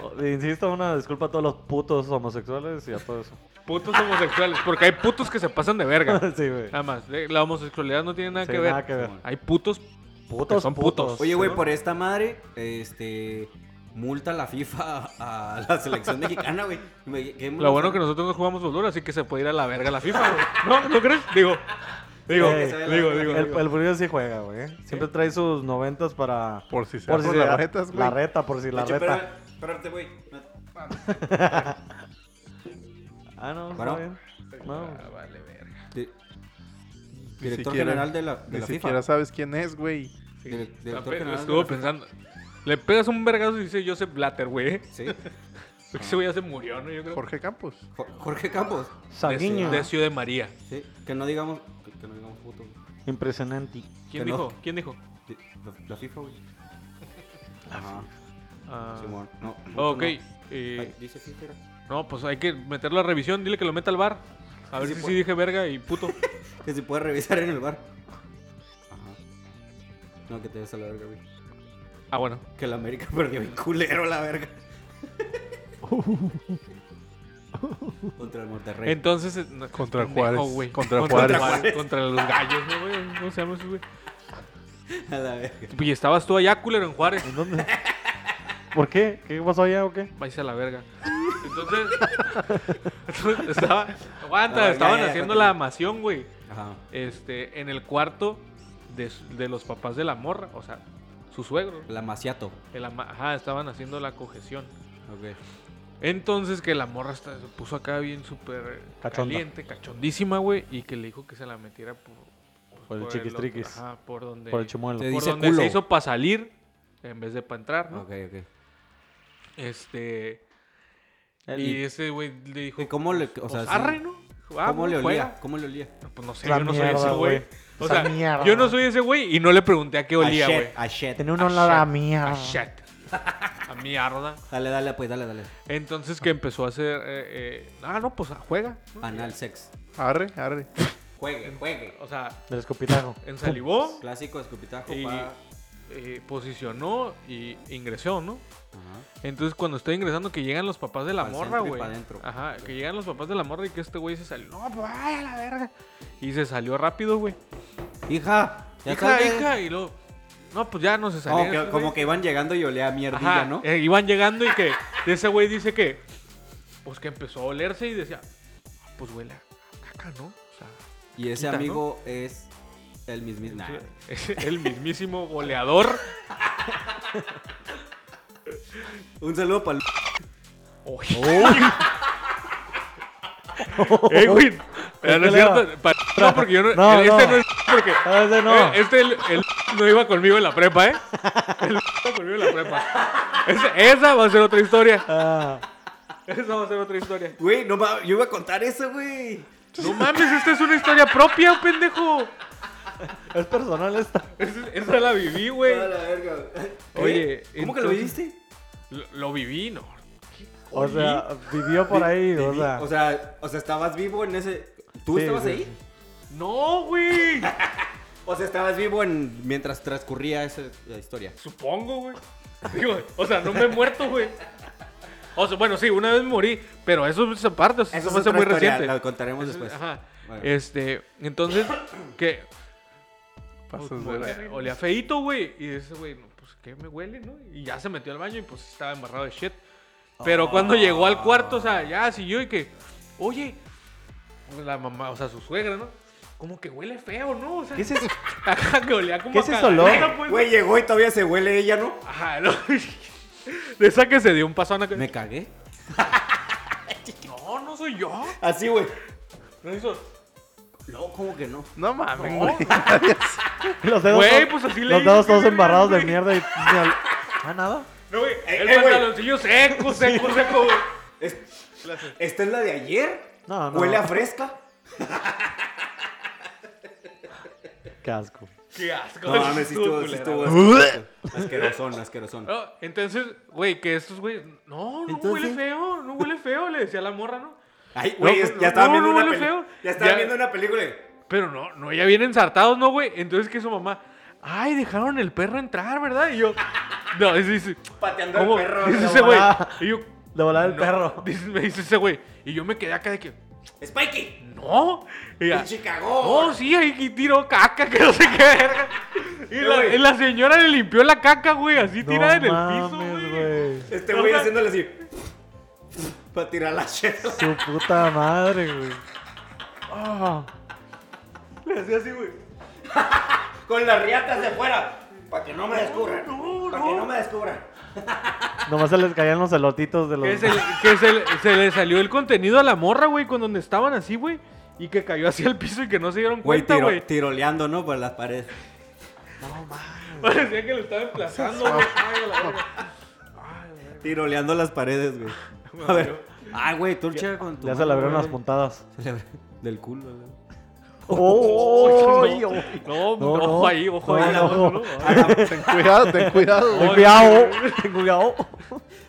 Oh, Insisto, una disculpa a todos los putos homosexuales y a todo eso.
Putos homosexuales. Porque hay putos que se pasan de verga.
sí, güey.
Nada más. eh, La homosexualidad no tiene nada
Sí,
que ver.
nada que ver.
Hay putos.
Putos,
son
putos.
putos.
Oye, güey,
¿no?
por esta madre, este. Multa la FIFA a la selección mexicana, güey. Me- qué
Lo bueno que
emoción.
nosotros no jugamos fútbol, así que se puede ir a la verga la FIFA. güey. ¿No? ¿No crees? Digo. Digo,
Eh,
Sí,
digo,
el-
digo.
El,
digo.
el Furio sí juega, güey. Siempre trae sus noventas para...
Por si se hacen
se
las
da-
retas,
La
güey.
reta, por si la
Oye,
reta.
espera- Espérate, güey.
Ah, no, está
Bueno.
bien. No.
Ah, vale, verga.
Di-
Ni
Director
siquiera-
general de la, de
Ni
la
siquiera
FIFA.
sabes quién es, güey.
Sí.
Direc- director
Ape-
general de
Estuvo
la-
pensando. Le pegas un vergazo y dice Joseph Blatter, güey.
Sí.
Ese güey ya se murió, ¿no? Yo creo.
Jorge Campos.
Jo- Jorge Campos.
Saguiño.
De Ciudad de María.
Sí. Que no digamos. Que, que no digamos puto. güey.
Impresionante.
¿Quién
Que no.
dijo? ¿Quién dijo?
Di- La, la FIFA, güey. Ajá.
Ah,
Simón. No. puto
ok.
no.
eh,
Ay, dice FIFA. era.
no, pues hay que meterlo a revisión. Dile que lo meta al bar. A ver
Sí,
si
pues.
sí dije verga y puto.
Que se puede revisar en el bar. Ajá. No, que te des a la verga, güey.
Ah, bueno.
Que la América perdió bien culero la verga. Contra el Monterrey.
Entonces, eh, no,
Contra
pendejo,
Juárez.
güey.
Contra
Contra,
Juárez.
contra los gallos, ¿no, güey? ¿Cómo se llama eso, güey?
A la verga.
Y estabas tú allá, culero, en Juárez.
¿En dónde? ¿Por qué? ¿Qué pasó allá o qué?
Vais a la verga. Entonces, entonces estaba, aguanta,
No, ya,
estaban
ya, ya,
haciendo
continúa.
la amación, güey.
Ajá.
Este, en el cuarto de, su- de los papás de la morra, o sea, su suegro.
La Maciato.
El ama- ajá, estaban haciendo la cojeción.
Ok.
Entonces que la morra hasta se puso acá bien súper
Cachonda.
caliente, cachondísima, güey, y que le dijo que se la metiera por,
Por el
otro-
chiquistriquis.
ajá, por donde,
Por el chimuelo.
Te
por
dice
donde
culo.
se hizo para salir en vez de para entrar, ¿no?
Ok, ok.
Este.
El-
Y ese güey le dijo.
Ah, ¿Y cómo le- o
"Pues,
sea, sí.
arre, ¿no? Dijo, "Ah,
¿Cómo
bueno,
le olía?
juega".
¿Cómo le olía?
Pues no sé,
La
yo no soy
mierda,
ese güey.
güey.
O
Esa
sea,
mierda.
yo no soy ese güey y no le pregunté a qué olía,
a
güey.
shit, a shit.
Tenía un
A
olor a
shit,
mierda.
A shit. A mierda.
Dale, dale, pues, dale, dale.
Entonces que empezó a hacer. eh, eh, ah, no, pues juega.
Anal sex.
Arre, arre.
Juegue, juegue.
O sea,
Del escupitajo.
ensalivó,
Clásico escupitajo
Y-
pa-
eh, posicionó y ingresó, ¿no?
Ajá.
Entonces, cuando estoy ingresando, que llegan los papás de la
Pa'l
morra,
centro y
güey.
pa' adentro.
Ajá, que llegan los papás de la morra y que este güey se salió. No, pues vaya a la verga. Y se salió rápido, güey.
Hija, ya
Hija,
estás bien?
hija, y luego. No, pues ya no se salió. eh,
Como que, como que iban llegando y olía a mierdilla, ¿no?
iban llegando y que ese güey dice que. Pues que empezó a olerse y decía. "Ah, Pues huele a caca, ¿no? O sea.
y ese
quita, ¿no?
amigo es el mismo. Nah.
Es el mismísimo goleador.
Un saludo para Oh.
Oye. Ey, Eh, güey. Pero no es cierto. pa- No, porque yo no.
No,
este
no.
no, es. Porque.
No, Ah, ese no.
Eh, Este el, el no iba conmigo en la prepa, ¿eh? El no iba conmigo en la prepa. Esa- esa va a ser otra historia.
Ah,
Esa va a ser otra historia.
Güey, no mames, yo iba a contar eso, güey.
No mames, esta es una historia propia, pendejo.
es personal esta.
Esa, esa la viví, güey.
A la verga.
Oye,
¿cómo que lo
entonces-
viste?
Lo, lo viví, no.
O sea, vivió por ahí. O sea,
O sea, o sea, estabas vivo en ese ¿Tú
Sí,
estabas
sí,
ahí?
sí.
No, güey.
O sea, estabas vivo en mientras transcurría esa la historia.
Supongo, güey. Digo, o sea, no me he muerto, güey. O sea, bueno, sí, una vez morí, pero eso es aparte, o sea, eso
es
fue hace
otra
muy
historia,
reciente.
La contaremos
Eso-
después.
Ajá.
Bueno.
Este, entonces, que
Pasas de
olía, Pues, olía feíto, güey. Y ese güey, no, pues que me huele, ¿no? Y ya se metió al baño y pues estaba embarrado de shit. Pero
Ah.
cuando llegó al cuarto, o sea, ya siguió y que, oye, pues, la mamá, o sea, su suegra, ¿no? Como que huele feo, ¿no? O sea,
¿Qué es eso?
Ajá, que olía como
¿Qué
a
es ese
cagadero,
olor?
pues.
Güey, llegó y todavía se huele ella, ¿no?
Ajá, no. De esa que se dio un paso a una que-
Me cagué.
No, no soy yo.
Así, güey.
No hizo.
No, ¿cómo que no?
No mames,
No.
güey.
Los dedos,
Güey,
todos-
pues así le
los
hice,
dedos todos
güey,
embarrados de
güey.
mierda y... Ah, nada.
No, güey. El
eh, güey.
pantaloncillo seco, seco, seco, güey.
Es- ¿Esta es la de ayer?
No, no.
¿Huele a fresca?
Qué asco.
Qué asco.
No, mames, sí estuvo, sí
culera,
estuvo
güey.
asqueroso. asquerosón, asquerosón.
No, entonces, güey, que estos güeyes. No, no
Entonces-
huele feo, no huele feo, le decía la morra, ¿no?
Ay, güey,
No,
es-
no,
ya estaban
pues,
viendo
no, no,
una
huele
película.
feo.
Ya estaban
Ya-
viendo una película.
Pero no, no, ya vienen sartados, ¿no, güey? Entonces que su mamá. Ay, dejaron el perro entrar, ¿verdad? Y yo. No, es dice.
Pateando al
¿Cómo?
perro.
Dice
la
ese güey.
volada.
Y yo.
De volada el
no,
perro.
dice- me dice ese güey. Y yo me quedé acá de que.
guay. ¡Spikey!
No. Y ya,
¡Pinche cagón!
no, sí, ahí tiró caca, que no sé qué verga. Y la,
güey.
y la señora le limpió la caca, güey, así
No
tirada en el
mames,
piso, güey.
Este güey
O sea-
haciéndole así. Para tirar la shit.
Su puta madre, güey. Ah,
Le hacía así, güey. Con las riatas de fuera. Para que no me descubran.
no,
Para que
no.
no me descubran.
nomás se les caían los elotitos de los...
Que, se, le- que se, le- se le salió el contenido a la morra, güey, con donde estaban así, güey. Y que cayó hacia el piso y que no se dieron
Güey,
cuenta, güey.
tiroleando, ¿no? Por las paredes.
Parecía que lo estaba emplazando, güey.
Ah.
Ay, a la verga.
Tiroleando las paredes, güey. A ver. Ah, güey, tú chega con tu.
Ya se le abrieron
mano,
las puntadas.
güey. Se le abrió del culo, güey.
¡Oh!
no, no,
No,
ojo
no.
ahí, ojo
No,
ahí.
no,
ojo,
no.
¿no?
Ten cuidado, ten cuidado.
Ten
Ay,
cuidado, ten cuidado.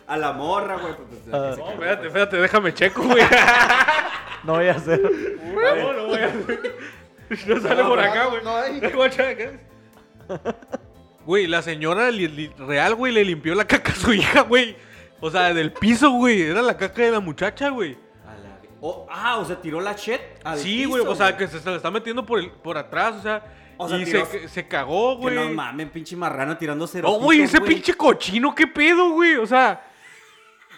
A la morra, güey. pues,
Ah.
la que se-
No, espérate, espérate, déjame checo, güey.
No voy a hacer.
No, no voy a No sale por acá, güey.
no hay.
Guacha, acá. Güey, la señora li- li- real, güey, le limpió la caca a su hija, güey. O sea, del piso, güey. Era la caca de la muchacha, güey.
A la- Oh, ah, o sea, tiró la shit. al
Sí,
Ah, piso,
güey. O sea, que se, se la está metiendo por, el- por atrás, o sea.
O sea,
y
tiró-
se, se cagó,
Que
güey.
no mamen, pinche marrano tirando cero.
No, güey, ese pinche cochino, qué pedo, güey. O sea,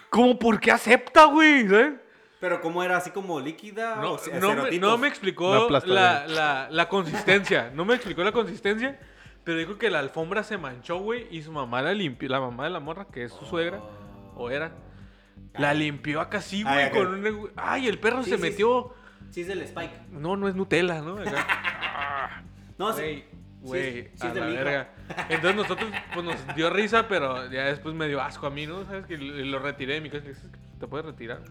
como por qué acepta, güey, ¿sabes?
Pero cómo era así como líquida
No,
o ce-
no me,
cerotitos?
no me explicó
Una plastadera.
la, la- la consistencia. No me explicó la consistencia. Pero dijo que la alfombra se manchó, güey. Y su mamá la limpió. La mamá de la morra, que es su suegra. O era. La limpió acá sí,
Ah. Ay,
güey.
acá.
Con un... Ay, el perro
Sí,
se
sí,
metió.
Sí, es el spike.
No, no es Nutella, ¿no? Acá.
No, sí.
Güey, Güey,
sí es
a
de
la
mijo.
verga. Entonces nosotros, pues nos dio risa, pero ya después me dio asco a mí, ¿no? ¿Sabes? Que lo lo retiré de mi casa. ¿Te puedes retirar?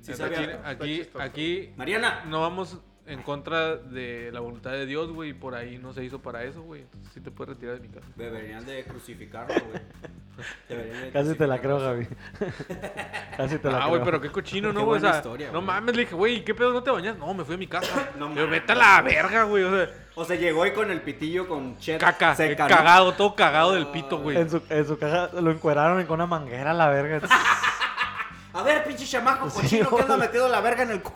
Sí
Aquí-
sabía.
aquí,
chistoso.
aquí,
Mariana.
no vamos en contra de la voluntad de Dios, güey, y por ahí no se hizo para eso, güey. Entonces sí te puedes retirar de mi casa.
Deberían de crucificarlo, güey. Deberían de
Casi te la creo,
crucificarlo.
Javi. Casi te la creo.
Ah, güey, pero qué cochino,
Qué
¿no, güey? O
buena
sea,
historia,
no
güey.
mames, le dije, güey, ¿qué pedo? ¿No te bañas? No, me fui a mi casa.
No
No,
mames.
vete a la verga, güey. O sea,
O sea, llegó ahí con el pitillo con chet
caca,
seca,
eh,
¿no?
cagado, todo cagado del pito, güey.
En su, en su caja lo encueraron y con una manguera a la verga.
A ver, pinche chamaco
Sí,
cochino que anda
güey.
metido la verga en el cu-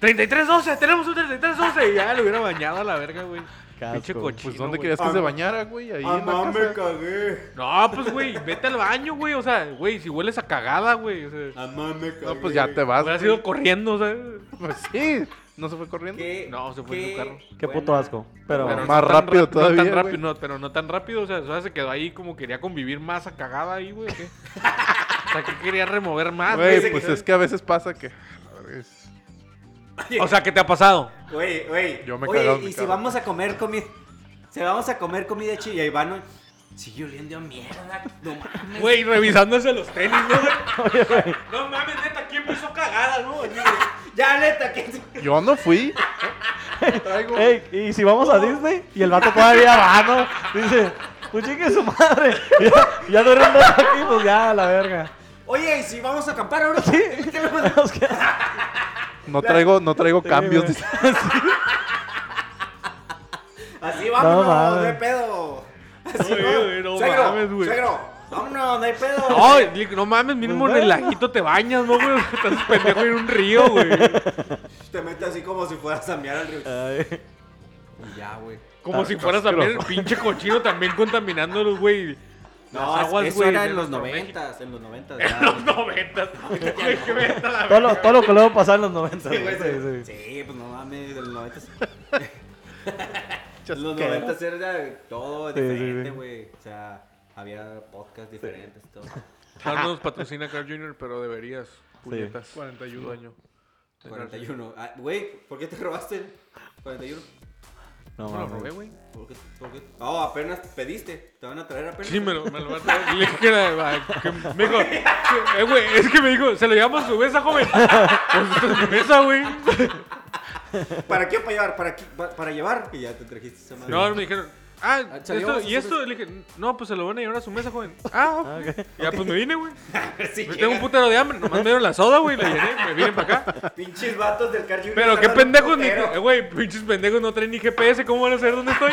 33-12, tenemos un 33-12. Y ya le hubiera bañado a la verga, güey.
Qué
Pinche
asco.
cochino.
Pues ¿dónde
güey.
querías que
Ah,
se bañara, güey? Ah, Ahí en
Amá,
la
me
casa.
cagué.
No, pues, güey, vete al baño, güey. O sea, güey, si hueles a cagada, güey. O
Ah,
sea,
Amá, me cagué.
No, pues ya te vas.
hubieras
güey.
ido corriendo, o sea.
Pues sí, no se fue corriendo.
¿Qué-
No, se fue en su
qué
carro.
Qué
buena-
puto asco. Pero,
Pero
no
más
tan
rápido
rap-
todavía,
No tan
güey.
rápido, no, pero no tan rápido. O sea, o sea, se quedó ahí como quería convivir más a cagada ahí, güey. ¿o qué? o sea, que quería remover más,
Güey,
dice
güey.
pues
que-
es que a veces pasa que. pues,
O sea, ¿qué te ha pasado?
Güey, güey.
Yo me
Oye,
cagaba en
y
mi
si
carro.
vamos a comer comida. Si vamos a comer comida chilla y van. Sigue oliendo a mierda. No mames.
Güey, revisándose los tenis, ¿no? no mames, neta, ¿quién puso cagada, no?
Ya, neta, que.
Yo no fui. Traigo.
Ey, y si vamos a Disney y el vato todavía va, ¿no? Dice, pues chingue su madre. Ya, ya duraron dos aquí, pues ya, a la verga.
Oye, y si vamos a acampar ahora. ¿Qué le pasa?
Nos queda-
No traigo, no traigo cambios.
güey.
dice.
Así vámonos, no,
mames.
hay pedo. Así
Oye,
vamos.
güey, no
suegro,
mames, güey.
Suegro, vámonos, no hay pedo.
No, le digo, no mames, mínimo
Pues
en el
bueno.
lajito te bañas, ¿no, güey? Estás pendejo en un río, güey.
Te mete así como si fueras a mear al río.
Ay,
Y ya, güey.
Ah,
Como si fueras a ver el pinche cochino también contaminándolos, güey.
No,
Las aguas,
eso
güey,
era
de
en los
nuestro
noventas, en los noventas.
En los noventas. Güey, que vete a la
todo, lo,
verga.
todo lo que luego pasaba en los 90.
Sí, güey,
güey,
sí,
sí, sí.
sí, pues no mames, de los noventas. En los noventas era todo
Sí, sí,
diferente,
sí.
güey. O sea, había podcasts diferentes, todo.
Ah, No nos patrocina Carl Jr., pero deberías. Puñetas.
41.
año.
41. Ah, Güey, ¿por qué te robaste el 41?
No,
No lo
mames.
robé, güey.
¿Por qué? ¿Por qué? Oh, apenas pediste. Te van a traer apenas.
Sí, me lo, me lo va a traer. Le dije que era. que me dijo, eh, güey, es que me dijo, se lo llevamos a su mesa, joven. Pues a su mesa, güey.
¿Para qué? Para llevar. ¿Para, qué? Pa- para llevar. Y ya te trajiste esa madre.
No, me dijeron,
Ah,
ah,
se lo
esto,
llevamos a
y
su
esto. Le dije, no, pues se lo van a llevar a su mesa, joven. Ah, ok. ya pues me vine, güey.
Sí,
Pues tengo un
llega.
putero de hambre. Nomás me dieron la soda, güey, la llené, me vine para acá.
Pinches vatos del Carl Jr.
Pero qué
andan en
pendejos, ni,
putero.
eh, güey, pinches pendejos no traen ni GPS, ¿cómo van a saber dónde estoy?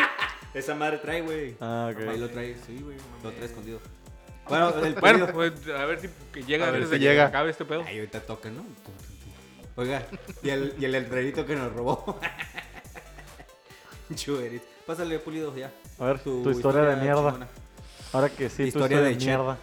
Esa madre trae, güey.
Ah, ok.
Ahí lo trae, sí, güey. Lo trae escondido. Bueno, el
Bueno,
pedido.
pues a ver si que llega
A ver
antes
si
de que
llega.
acabe este pedo.
Ahí ahorita toca, ¿no? Oiga, y el, y el letrerito que nos robó. Chuberit. Pásale, pulido, ya.
A ver, tu historia de mierda.
chingona.
Ahora que sí,
Historia
tu historia
de
de,
Che.
mierda.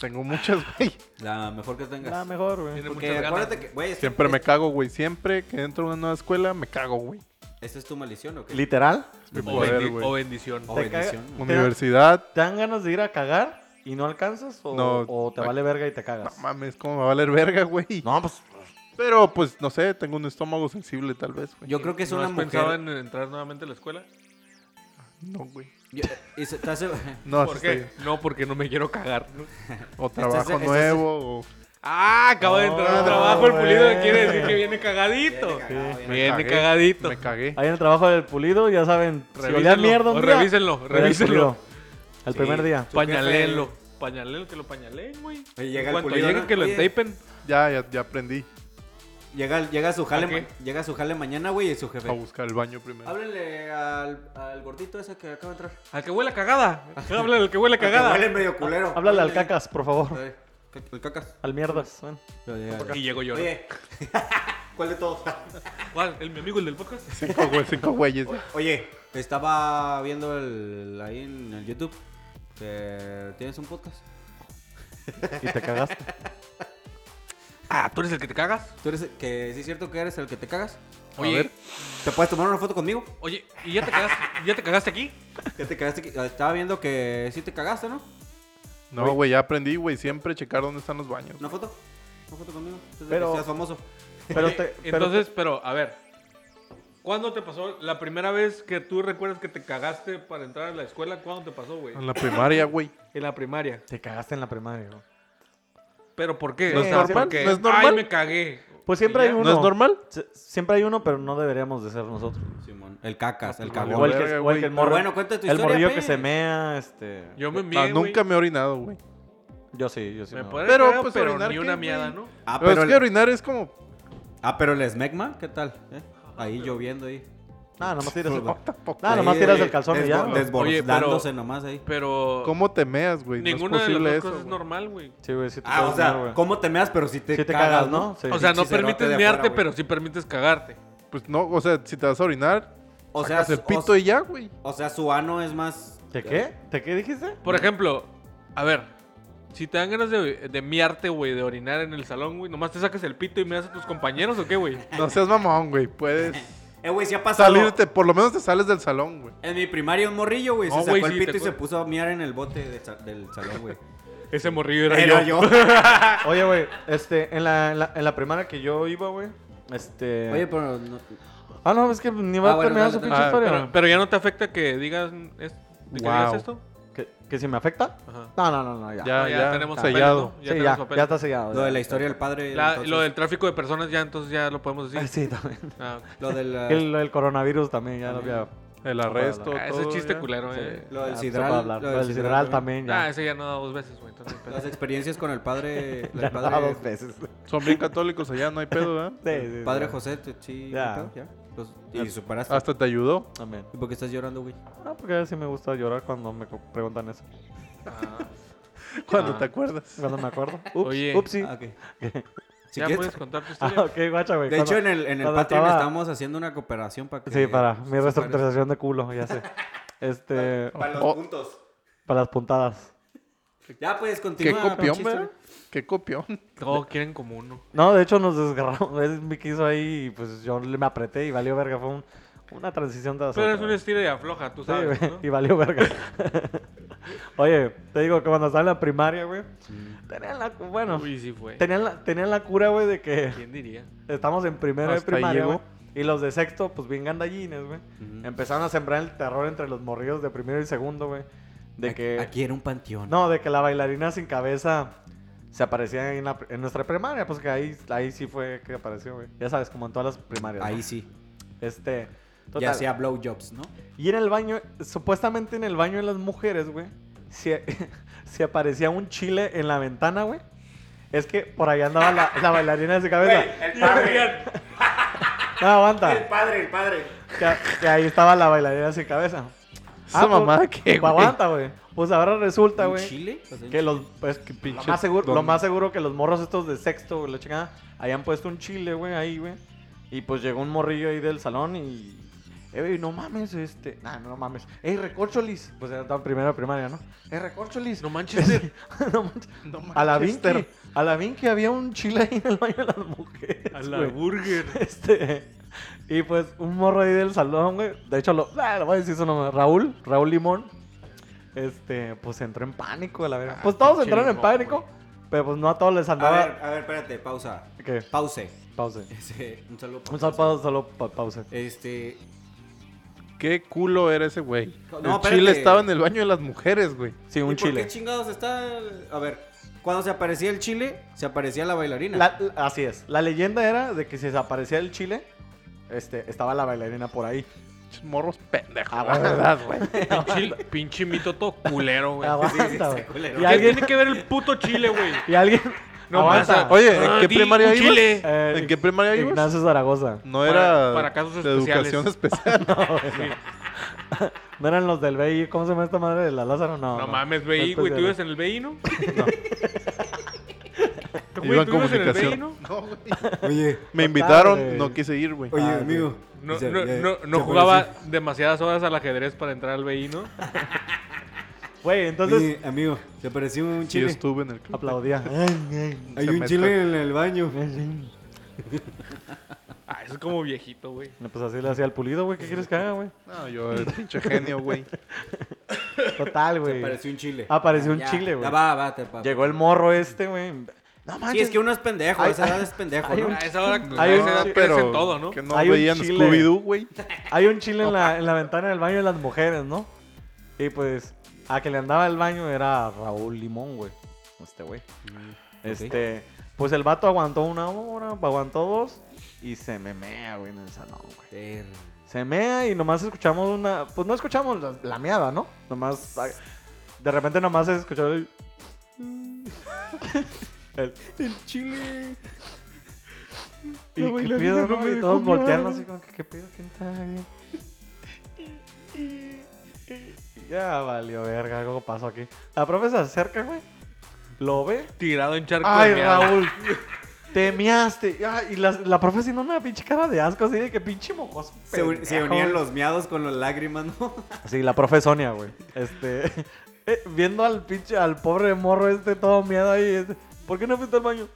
Tengo muchas, güey.
La mejor que tengas.
La mejor, güey.
Tiene
Porque
muchas ganas.
acuérdate que, güey, es-
Siempre me
es-
cago, güey. Siempre que entro a una nueva escuela, me cago, güey.
¿Esa es tu maldición o qué?
Literal.
Es mi
O,
poder,
bendi- o
güey.
bendición.
O
Te caga-
bendición. güey.
Universidad.
¿Te dan ganas de ir a cagar y no alcanzas? ¿O,
No.
o te vale verga y te
No
cagas?
mames, ¿cómo me va a valer verga, güey?
No, pues.
Pero pues no sé, tengo un estómago sensible, tal vez, güey.
Yo creo que es
¿No
una
has pensado
mujer.
en entrar nuevamente a la escuela?
No, güey.
Yo- es- ¿Estás
No, así
¿Por qué?
estoy.
No, porque no me quiero cagar.
O trabajo
estás-
nuevo, o.
Ah, acaba de entrar al
Oh,
trabajo. El pulido
güey.
quiere decir que viene cagadito.
cagado, viene
Viene
cagué,
cagadito.
Me cagué.
Ahí en el trabajo del pulido, ya saben. Si
Revísenlo,
olía mierda
o
un día,
revísenlo,
era el
revísenlo.
Pulido. El primer día.
Su
Pañalelo. Pañalelo, que lo pañalen, güey.
Ahí llega
En
el
cuanto
pulido,
lleguen,
¿no?
que lo
Oye.
entapen.
Ya, ya, ya aprendí
Llega, llega su jale,
¿A
ma- llega su jale mañana, güey, y su jefe.
a buscar el baño primero.
Háblenle al, al gordito ese que acaba de entrar.
Al que huele a cagada. Háblale al que huele a
Que
cagada.
Huele medio culero.
Háblale al cacas, por favor.
Eh, ca- El cacas.
Al mierdas. ven.
Y llego yo. ¿no?
Oye, ¿cuál de todos?
¿Cuál? ¿El mi amigo, el del podcast?
Cinco, güey, cinco güeyes. güey.
Oye, estaba viendo el, ahí en el YouTube que tienes un podcast.
Y te cagaste.
Ah, ¿tú eres el que te cagas?
¿Tú eres el- que sí es cierto que eres el que te cagas?
Oye,
ver.
¿Te puedes tomar una foto conmigo?
oye, ¿y ya te cagaste, ya te cagaste aquí?
Ya te cagaste. aquí. Estaba viendo que sí te cagaste, ¿no?
No, güey, ya aprendí, güey. Siempre checar dónde están los baños.
¿Una foto? ¿Una foto conmigo? Antes de
Pero-
que seas famoso.
Pero
Oye,
te, pero
Entonces, pero, a ver. ¿Cuándo te pasó la primera vez que tú recuerdas que te cagaste para entrar a la escuela? ¿Cuándo te pasó, güey?
En la primaria, güey.
En la primaria.
Te cagaste en la primaria, güey.
¿Pero por qué?
¿No
es
O sea,
normal?
porque,
¿No es normal?
Ay, me cagué.
Pues siempre hay
ya.
uno.
¿No es normal?
Sie- Siempre hay uno, pero no deberíamos de ser nosotros.
Simón, el cacas, el
Valió
cagón.
Ah, Igual que,
verga,
igual
güey.
que el
Pero
morro.
bueno, cuenta tu
El
historia,
morrillo
pe.
que se mea, este...
Yo me
Ah,
mié,
nunca
güey.
me he orinado, güey.
Yo sí, yo sí.
me
no.
podré
Pero,
cagar,
pues,
pero
orinar,
ni
¿qué,
una
güey?
miada, ¿no?
Ah,
pero
pero
es que
el,
orinar es como.
ah, pero el esmegma, ¿qué tal? eh? Ahí lloviendo ahí.
Nada, nomás tiras el...
No, tampoco.
Nada, Ah, nomás
Ahí,
tiras
eh,
el calzón y
desbo-
ya. güey.
Oye, pero-
Desbordándose nomás ahí.
Pero
¿Cómo te meas, güey? No es
ninguna de las
posible
dos
eso,
cosas es
güey.
normal, güey.
Sí, güey, sí te
Ah, o
puedes mear,
sea,
güey.
¿cómo te meas? Pero si te,
Sí te
cagas,
cagas,
¿no?
¿no? Sí.
O sea, no
Pinche cerote
permites
de
mearte,
afuera, güey.
pero sí permites cagarte.
Pues no, o sea, si te vas a orinar,
O sea,
sacas el
su-
pito
o,
y ya, güey.
o sea, su ano es más...
¿Te qué? ¿Te qué dijiste?
Por ejemplo, a ver, si te dan ganas de, de miarte, güey, de orinar en el salón, güey, nomás te sacas el pito y miras a tus compañeros o qué, güey.
No seas mamón, güey. Puedes
Eh, güey, si ha pasado...
salirte, por lo menos te sales del salón, güey.
En mi primaria un morrillo, güey,
No,
se sacó
güey,
el
sí,
pito
te
y se
acuerdas.
puso a miar en el bote de sa- del salón, güey.
Ese morrillo era,
Era
yo.
yo.
Oye, güey, este, en la, en la, en la primaria que yo iba, güey, este...
Oye, pero... no-
Ah, no, es que ni va
Ah,
a
bueno,
terminar
dale,
su
dale.
pinche
Ah,
historia.
Pero, pero ya no te afecta que digas, es- de que
Wow.
digas esto.
¿Que, ¿Que si me afecta?
Ajá.
No, no, no, no, ya.
Ya,
Ah,
ya,
tenemos
sellado.
papeles, ¿no?
Sí, ya,
tenemos
ya,
papeles.
está sellado.
Lo
ya.
de la historia del padre...
La-
entonces-
lo del tráfico de personas ya entonces ya lo podemos
Ah,
decir.
Sí, también.
Ah,
Lo del, eh,
El, lo del coronavirus también, ya lo había...
El arresto,
ah, ese
todo,
chiste
ya.
culero,
sí.
eh.
lo del
Ya, Ah, se puede
sidral.
hablar.
lo
Lo
del
del
sidral
sidral
también.
también,
Ah,
ya.
ese ya no ha dado dos veces, güey. entonces, pero-
Las experiencias con el padre... el
Ya lo daba
padre-
Ah, dos veces. Sí,
Son bien católicos allá, no hay pedo, ¿verdad?
sí, sí.
Padre José, te- sí,
Ya.
¿no? ya. Pues, y superaste.
Hasta te ayudó.
Amén.
¿Y por qué estás llorando, güey?
Ah, porque sí me gusta llorar cuando me co- preguntan eso.
Ah,
Cuando
Ah.
te acuerdas.
Cuando me acuerdo. Ups,
Oye.
Upsi.
Ah,
Ah,
ok. Si
ya pues,
quieres-
puedes contar tu historia.
ok, guacha, güey.
De
cuando-
hecho, en el, en el
cuando
Patreon
estaba-
estamos haciendo una cooperación para que... pues,
Sí, para mi
se
reestructuración de culo, ya sé. Este,
pare- Para los
Oh.
puntos.
para las puntadas.
Ya pues, puedes
Qué
continuar.
copión,
chiste.
¿verdad? Qué copión.
Todos quieren como uno.
No, de hecho nos desgarramos. Él me quiso ahí y pues yo le me apreté y valió verga. Fue un- una transición de
Pero es un
güey.
estilo de afloja, tú
Sí,
sabes,
güey,
¿no?
y valió verga. Oye, te digo que cuando estaba en la primaria, güey, tenían la, bueno,
Uy, sí fue.
tenían la, tenían la cura, güey, de que
¿Quién diría?
estamos en primero de
Hasta ahí
primaria,
llegó.
güey. Y los de sexto, pues bien gandallines, güey.
Ujú.
Empezaron a sembrar el terror entre los morridos de primero y segundo, güey. De
Aquí-
que.
Aquí era un panteón.
No, de que la bailarina sin cabeza se aparecía en, la- en nuestra primaria, pues que ahí, ahí sí fue que apareció, güey. Ya sabes, como en todas las primarias. ¿no?
Ahí sí.
Este.
Ya
total.
hacía blowjobs, ¿no?
Y en el baño, supuestamente en el baño de las mujeres, güey, se, se aparecía un chile en la ventana, güey. Es que por allá andaba la, la bailarina de su cabeza. No, aguanta.
padre, el padre.
Que, que ahí estaba la bailarina sin cabeza.
Esa mamada
pues,
que,
pues,
güey.
Aguanta, güey. Pues ahora resulta,
¿En
güey,
Chile? O sea, en
que
Chile.
los... pues,
Qué
lo,
pinche
más seguro, lo
don-
más seguro que los morros estos de sexto, güey, la chingada, hayan puesto un chile, güey, ahí, güey. Y pues llegó un morrillo ahí del salón y... Eh, güey, no mames, este... Nah, no mames. Ey, recorcholis. Pues era tan primero de primaria, ¿no? Eh, recorcholis.
No manches. este
No manches.
No
A la
manches,
Vinci. A la Vinci había un chile ahí en el baño de las mujeres,
A la
güey.
burger.
Este. Y pues un morro ahí del salón, güey. De hecho, lo, ah, lo voy a decir su nombre. Raúl, Raúl Limón. Este, pues entró en pánico, a la verdad.
Ah,
Pues todos
pinche
entraron en
Limón,
pánico, pero pues no a todos les
A
andaba.
ver, a ver, espérate, pausa.
¿Qué?
Pause.
Pause.
Ese, un saludo.
Un saludo, solo pa pausa.
Este.
Qué culo era ese güey.
No,
el
espérate.
chile estaba en el baño de las mujeres, güey.
Sí,
¿y
un
¿Por qué
chile.
chingados está.? el- A ver, cuando se aparecía el chile, se aparecía la bailarina.
La- la- así es. La leyenda era de que si desaparecía el chile, este, estaba la bailarina por ahí.
Pinches Morros pendejos.
Ah,
la
bueno.
verdad, güey.
Pinche, pinche mito todo culero, güey.
Aguanta,
sí, está
Ah, güey.
culero.
Y
¿Qué
alguien,
tiene que ver el puto chile, güey?
y alguien.
No,
aguanta.
pasa.
Oye, ¿en
Ah,
qué
di
primaria
un
ibas?
chile.
Eh,
¿En qué primaria ibas?
Ignacio Zaragoza.
No
Para-
era
para casos
de educación especial.
No eran los del BI, ¿cómo se llama esta madre de la Lázaro? No.
No, mames, BI, güey. ¿Tú
especiales.
ibas en el BI, no? Güey,
Iba en
¿tú ibas en el BI,
comunicación.
no?
No, güey.
Oye,
Total,
Me invitaron,
güey.
no quise ir, güey.
oye,
Ah,
amigo.
No,
Se-
no,
ya-
no,
se
no
apareció.
jugaba demasiadas horas al ajedrez para entrar al BI, ¿no?
Güey, entonces
Oye, amigo, se apareció un
Sí, yo
chile.
estuve en el club.
aplaudía.
Hay
Se
un
me
chile en el baño.
Eh,
Ah, eso es como viejito, güey.
No, pues así le hacía al pulido, güey. ¿Qué quieres que haga, güey?
No, yo era pinche genio, güey.
Total, güey.
Apareció un chile. Ah,
Apareció un
Ya,
chile, güey.
Ya va, va, te pa-
Llegó el morro este, güey. No
Sí, es que uno es pendejo,
Hay-
a esa edad es pendejo,
hay
¿no?
un-
A esa hora, a
Hay
esa
un-
edad
pero
crecen todo, ¿no?
que no
Hay un
veían
chile.
Scooby-Doo, güey.
Hay un chile en la, en la ventana del baño de las mujeres, ¿no? Y pues, a que le andaba el baño era Raúl Limón, güey. Este güey. Este, pues el vato aguantó una hora, aguantó dos y se me mea, güey, en el salón, güey.
Ter-
Se mea y nomás escuchamos una. Pues no escuchamos la, la meada, ¿no? Nomás. ay, De repente nomás se escuchó el. el, chile. ¿Y
La
qué
bailarina
pedo,
no
no?
me
Y
dejó
todos
mear.
volteando así como que qué pedo, quién está ahí? Ya valió verga, algo pasó aquí. La profe se acerca, güey. Lo ve.
Tirado en charco.
Ay,
de meada.
Raúl. Te measte. Ah, y la, la profe haciendo una pinche cara de asco, así de que pinche mocoso.
Se, un-
pendejo,
se unían
güey.
los miados con las lágrimas, ¿no?
Sí, la profe Sonia, güey. Este. eh, viendo al pinche, al pobre morro este todo miedo ahí. este, ¿Por qué no fuiste al baño?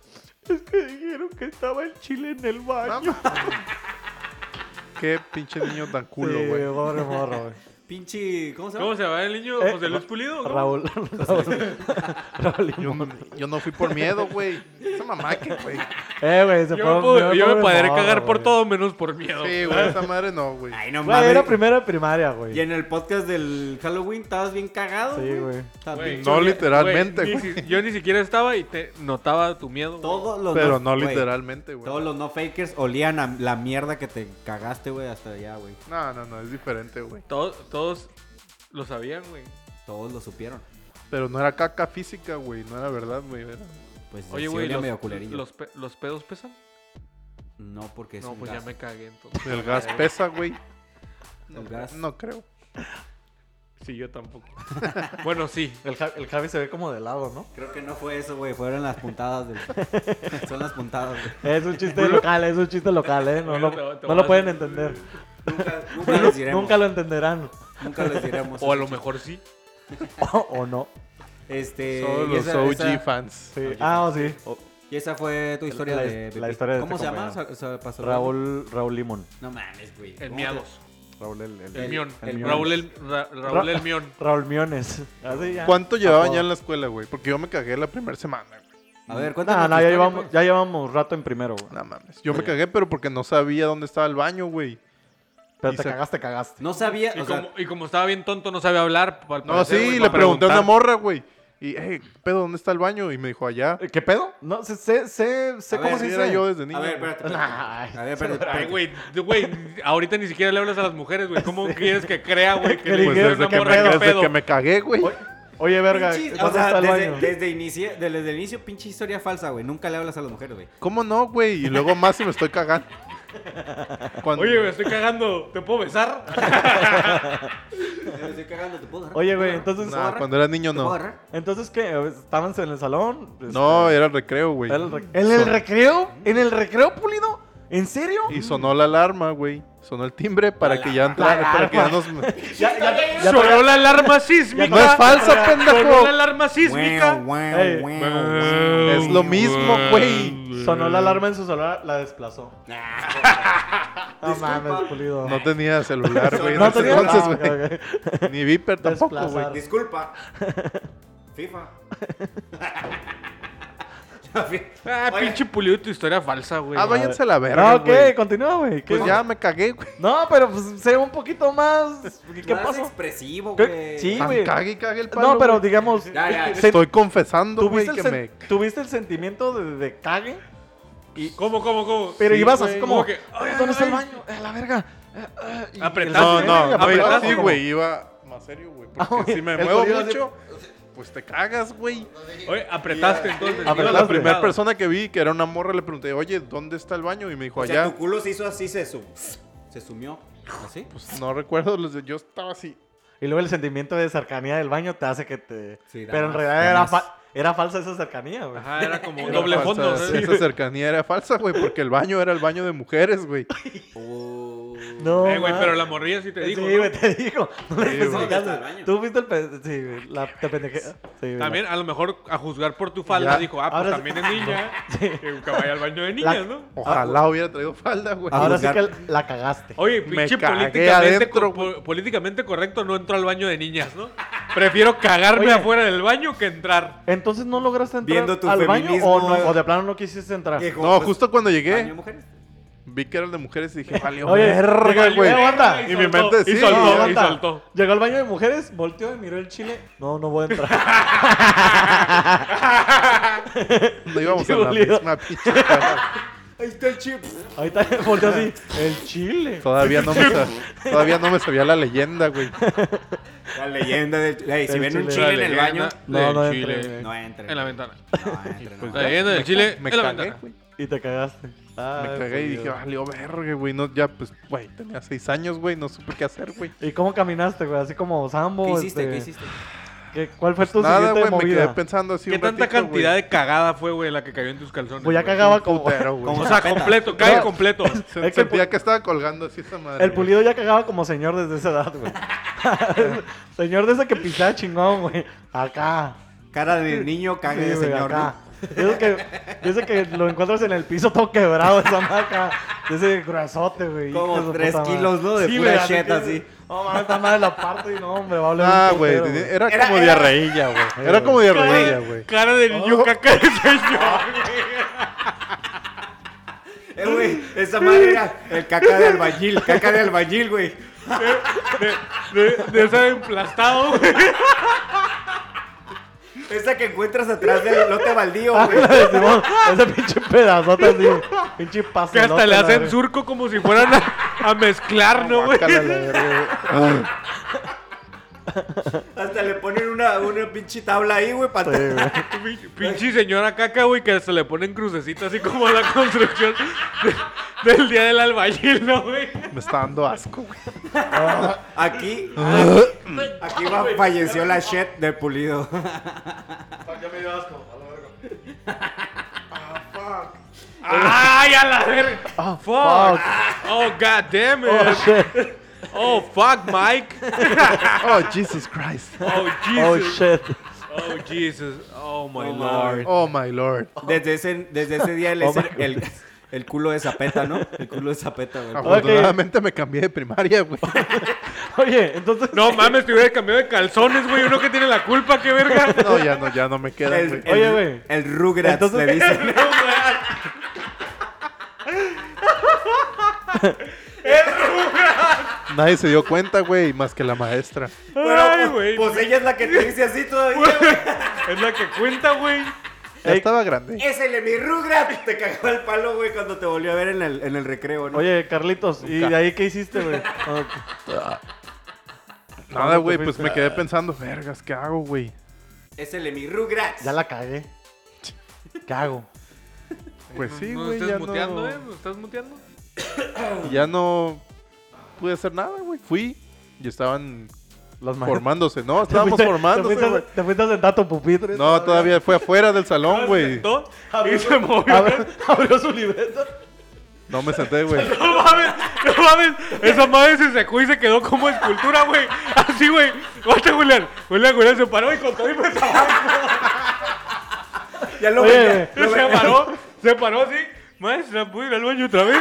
Es que dijeron que estaba el chile en el baño.
Qué pinche niño tan culo,
Sí,
güey.
pobre morro, güey.
Pinche. ¿Cómo se llama?
¿Cómo se va el niño?
Eh,
¿José Luis Pulido? ¿Cómo?
Raúl. Raúl. Raúl
Yo,
Limón.
yo no fui por miedo, güey. Esa mamá que, güey.
Eh, güey, se
Yo
fue-
me, puedo- yo me
pobre
podré
morro,
cagar por
güey.
todo menos por miedo.
Sí, güey, esa madre no, güey.
Ay, no
Güey, era
mames.
primero de primaria, güey.
Y en el podcast del Halloween estabas bien cagado.
Sí, güey.
Estabas
Güey,
bien-
No
yo-
literalmente,
ni
güey.
si- Yo ni siquiera estaba y te notaba tu miedo. güey.
Todos los
Pero no
güey,
literalmente, güey.
Todos los no fakers olían a la mierda que te cagaste, güey, hasta allá, güey.
No, no, no, es diferente, güey.
Todos, todos lo sabían, güey.
Todos lo supieron.
Pero no era caca física, güey. No era verdad, güey. Era...
Pues sí
Oye, güey,
olía
los,
medio culerillo.
los pe- ¿los pedos pesan?
No, porque es
No,
un
pues
gas.
ya me cagué entonces.
El gas pesa, güey. No,
El
creo-
gas.
no creo.
Sí, yo tampoco. bueno, sí.
El, Ja- el Javi se ve como de lado, ¿no?
Creo que no fue eso, güey. Fueron las puntadas del... Son las puntadas, güey.
Es un chiste local, es un chiste local, ¿eh? No,
Bueno,
lo-
te va- te
no
vas
lo
a-
pueden entender.
Nunca, nunca les diremos.
Nunca lo entenderán.
Nunca les diremos.
O a lo mejor sí.
O, o no.
Este...
Solo
y
los
esa-
OG
esa-
fans.
Sí. Ah, oh, sí.
Y esa fue tu historia
La-
de...
la
Pepe.
historia de
¿Cómo
este
se llama?
compañero.
Sa- sa- pasó
Raúl, Raúl Limón.
No mames, güey.
El
¿Cómo
miados.
Raúl el, el-
El mión.
el mión.
Raúl el, Ra- Raúl el mión.
Raúl Miones.
Ah,
Así ya.
¿Cuánto llevaban ya en
la...
la escuela, güey? Porque yo me cagué la primera semana, güey.
te- A ver, cuéntanos.
Ah,
tu
No, no, ya
historia,
llevamos,
pues.
ya llevamos rato en primero, güey.
No mames. Yo me cagué, pero porque no sabía dónde estaba el baño, güey.
Pero
y
te
se-
cagaste, cagaste.
No sabía,
Y,
o sea...
como, y como estaba bien tonto, no sabía hablar. al
No,
parecer,
sí,
güey,
le
para
pregunté a una
preguntar.
morra, güey. Y, hey, pedo, ¿dónde está el baño? Y me dijo, allá.
¿Eh, ¿Qué pedo? No, sé, sé, sé, sé
A
cómo
ver,
Así
se
sí
era
dice.
yo desde niño.
A ver,
güey.
espérate. espérate.
Nah.
A ver, espérate.
Ay,
espérate.
güey, de- güey, ahorita ni siquiera le hablas a las mujeres, güey. ¿Cómo quieres que crea, güey, que
Que
le
Pues
dijeron,
dijeron
desde,
una
que
morra
me,
que
desde
pedo?
que me cagué, güey.
Oye, oye, verga,
Pinche-
¿dónde
o sea,
está el
desde,
baño?
desde, inicio, desde, el inicio, pinche historia falsa, güey. Nunca le hablas a las mujeres, güey.
¿Cómo no, güey? Y luego más si me estoy cagando. Cuando-
Oye, me estoy cagando. ¿Te puedo besar?
Me estoy cagando, te puedo agarrar.
Oye, güey, entonces,
Nah, cuando era niño
¿Te puedo
no.
agarrar?
entonces, ¿qué? ¿Estaban en el salón? Pues,
No, era recreo, güey.
este- Era el rec- ¿En el recreo? ¿En el recreo, Pulido? ¿En serio?
Y sonó la alarma, güey. Sonó el timbre para que ya entrara, para que ya nos...
Ya, ya, ya,
Sonó
ya,
la alarma sísmica.
No es falsa,
Sonó la
pendejo.
alarma sísmica.
Ey.
Es lo mismo, güey.
Sonó la alarma en su celular, la desplazó. No mames, Pulido.
No tenía celular, güey. en
No
ese
tenía-
entonces,
Ah,
güey.
ok, ok.
Ni Viper tampoco, güey.
Desplazar.
Disculpa. FIFA.
Ah,
Oye.
pinche pulido tu historia falsa, güey.
Ah,
Ah,
váyanse a la
No,
verga,
ok,
güey.
continúa, güey. ¿Qué-
Pues ya me cagué, güey.
No, pero pues, sé un poquito más. ¿Qué
Más
pasó?
expresivo,
¿Qué?
güey.
Sí.
Ah,
güey.
Cagué y cagué el palo,
No, pero
güey.
digamos.
Ya, ya.
se-
Estoy confesando, güey,
¿tuviste, el
que
sen-
me...
tuviste el sentimiento de, de cague,
¿Cómo, cómo, cómo?
pero
Sí,
ibas
güey.
así como.
que,
"Ay,
ay,
¿Dónde está el
ay,
baño? Eh, la verga. Eh, eh", y-
Apretaste.
No,
Ah, Sí,
no, no iba
apretaste
así,
como-
güey. Iba más serio, güey.
Ah,
Porque
güey,
si me
el
muevo
sonido
mucho, pues te cagas, güey.
Oye, apretaste entonces.
Iba
Apretaste.
Ibas
La primera
apretado.
persona que vi, que era una morra, le pregunté, oye, ¿dónde está el baño? Y me dijo,
O sea,
allá.
tu culo se hizo así, se, sum- se sumió. ¿Así?
Pues no recuerdo, los de- yo estaba así.
Y luego el sentimiento de cercanía del baño te hace que te.
Sí, da
pero en
más,
realidad
da
era,
más.
fa- era falsa esa cercanía, güey.
Ajá, era como un
Era
doble
falsa,
fondo.
sí,
¿sí?
Esa cercanía era falsa, güey, porque el baño era el baño de mujeres, güey.
Ah,
Oh.
No.
Eh, güey,
ma-
pero la morrilla sí te dijo.
sí,
¿no?
güey, te digo. No le
Sí, güey.
especificaste.
Está al baño.
Tú fuiste el pe- Sí, güey. La te pendeje. Sí, güey,
También, a lo mejor, a juzgar por tu falda,
Ya.
dijo, ah, pues
Ahora sí.
también es niña. Que vaya al baño de niñas, ¿no?
Ojalá hubiera traído falda, güey.
la- Ahora sí
juzgar.
que la cagaste.
Oye,
Me
pinche
cagué
políticamente,
adentro,
co- po- políticamente correcto no entró al baño de niñas, ¿no? Prefiero cagarme
Oye.
afuera del baño que entrar.
Entonces no lograste entrar
Viendo tu
al baño o,
feminismo,
no,
eh.
o de plano no quisiste entrar.
Viejo,
No,
pues,
justo cuando
baño de
llegué,
mujeres.
vi que era el de mujeres y dije, vale,
Oye, verga, güey.
güey.
Eh, aguanta.
Y
Y
me
mi
soltó,
mente
y
sí.
soltó,
No,
y
aguanta.
soltó.
Llegó al baño de mujeres, volteó y miró el chile. No, no voy a entrar.
no íbamos
Qué
a la
boludo.
misma pinche cara.
Ahí está el chip.
Ahorita volteó así. El chile.
Todavía no, me sab- todavía no me sabía la leyenda, güey.
La leyenda del chile. Si
El
ven un
chile.
chile en el
Leyenda
baño,
No,
del
no
Chile.
entré, güey.
no entren.
En la ventana.
Pues
No entren.
La leyenda del Chile
Me
en la
cagué,
ventana.
güey.
Y te cagaste. Ay,
Me
por
cagué y dije, "Ah,
Dios.
valió verga, güey. No, ya, pues, güey, tenía seis años, güey. No supe qué hacer, güey.
¿Y cómo caminaste, güey? Así como Sambo.
¿Qué hiciste?
este,
¿Qué hiciste?
¿qué- ¿Cuál fue tu
Nada,
siguiente
güey, me quedé
movida?
pensando así
¿Qué
un
tanta
ratito,
cantidad
güey.
de cagada fue, güey, la que cayó en tus calzones?
Pues ya
güey?
cagaba como.
Como
O sea,
zapeta.
completo, cae completo.
Se-
Es que
Sentía
pu-
que estaba colgando así esa madre.
El
güey.
pulido ya cagaba como señor desde esa edad, güey. señor de ese que pisaba chingón, güey. Acá.
Cara de niño, cague
Sí,
de
güey,
señor.
acá.
¿no?
Dice que, dice que lo encuentras en el piso todo quebrado, esa maca. Ese gruesote, güey. hijo de
Como
su
tres
puta madre.
kilos, ¿no? De
Sí, güey,
pura cheta,
que-
así.
No mames, esta madre la parto y no, hombre, va a hablar.
Ah, güey. Era como diarreilla, güey. Era como diarreilla, güey. Oh.
Cara de niño caca de señor.
Eh, güey, esa madre era el caca de albañil, caca de albañil, güey.
De, de ese emplastado, güey.
Esa que encuentras atrás del lote baldío, güey.
ese pinche pedazote así. Pinche paso.
Que hasta le hacen surco como si fueran a, a mezclar, ¿no, güey?
Guácala, la verga, güey.
Hasta le ponen una, una pinche tabla ahí, güey, para
Pin- Pinche señora caca, güey, que hasta le ponen crucecitas así como a la construcción de- del día del albañil, ¿no, güey?
Me está dando asco, güey.
Aquí, aquí va- falleció la shit de pulido.
¡Ay, a la verga!
Oh,
Fuck.
fuck.
Oh, god damn it.
Oh,
Oh,
shit.
fuck, Mike.
Oh, Jesus Christ.
Oh,
Oh,
Jesus.
shit.
Oh, Jesus. Oh, my
Oh, my
lord.
Oh, my lord.
Desde ese, desde ese día
Oh,
él es el, el, el culo de Zapeta, ¿no? El culo de Zapeta,
Ah,
güey.
Afortunadamente me cambié de primaria, güey.
Oye, entonces.
No mames, te hubiera cambiado de calzones, güey. Uno que tiene la culpa, qué verga.
No, ya no, ya no me queda,
El,
güey.
el-
Oye, güey.
El Rugrats
Entonces-
le dicen.
Nadie se dio cuenta, güey, más que la maestra.
Ay,
Pero,
güey.
pues ella es la que te dice así todavía. güey.
Es la que cuenta, güey.
Ya
Ey.
estaba grande.
Es el de mi Rugrats. Te cagó el palo, güey, cuando te volvió a ver en el, en el recreo, ¿no?
Oye, Carlitos, ¿y de ahí qué hiciste, güey? Ah. Cuando-
Nada, güey, pues me quedé pensando, vergas, ¿qué hago, güey?
Es el de mi Rugrats.
Ya la cagué. ¿Qué hago?
Pues sí,
¿No
güey, ya
estás muteando, eh?
no...
¿No estás muteando?
Ya no pude hacer nada, güey. Fui y estaban
Las maestras-
formándose, ¿no?
Te
Estábamos
fuiste-
formándose,
Te
güey.
fuiste, te fuiste a sentar a tu pupitre.
No, todavía fue afuera del salón, güey.
¿No? Y se movió.
Abrió, abrió su libreta.
No me senté, güey.
No mames, no mames. Esa madre se secó y se quedó como escultura, güey. Así, güey. Basta, Julián. Julián, Julián se paró y con todo y me
Ya lo
Oye,
veía.
Se paró, se paró así. Maestra, ¿puedo ir al baño otra vez?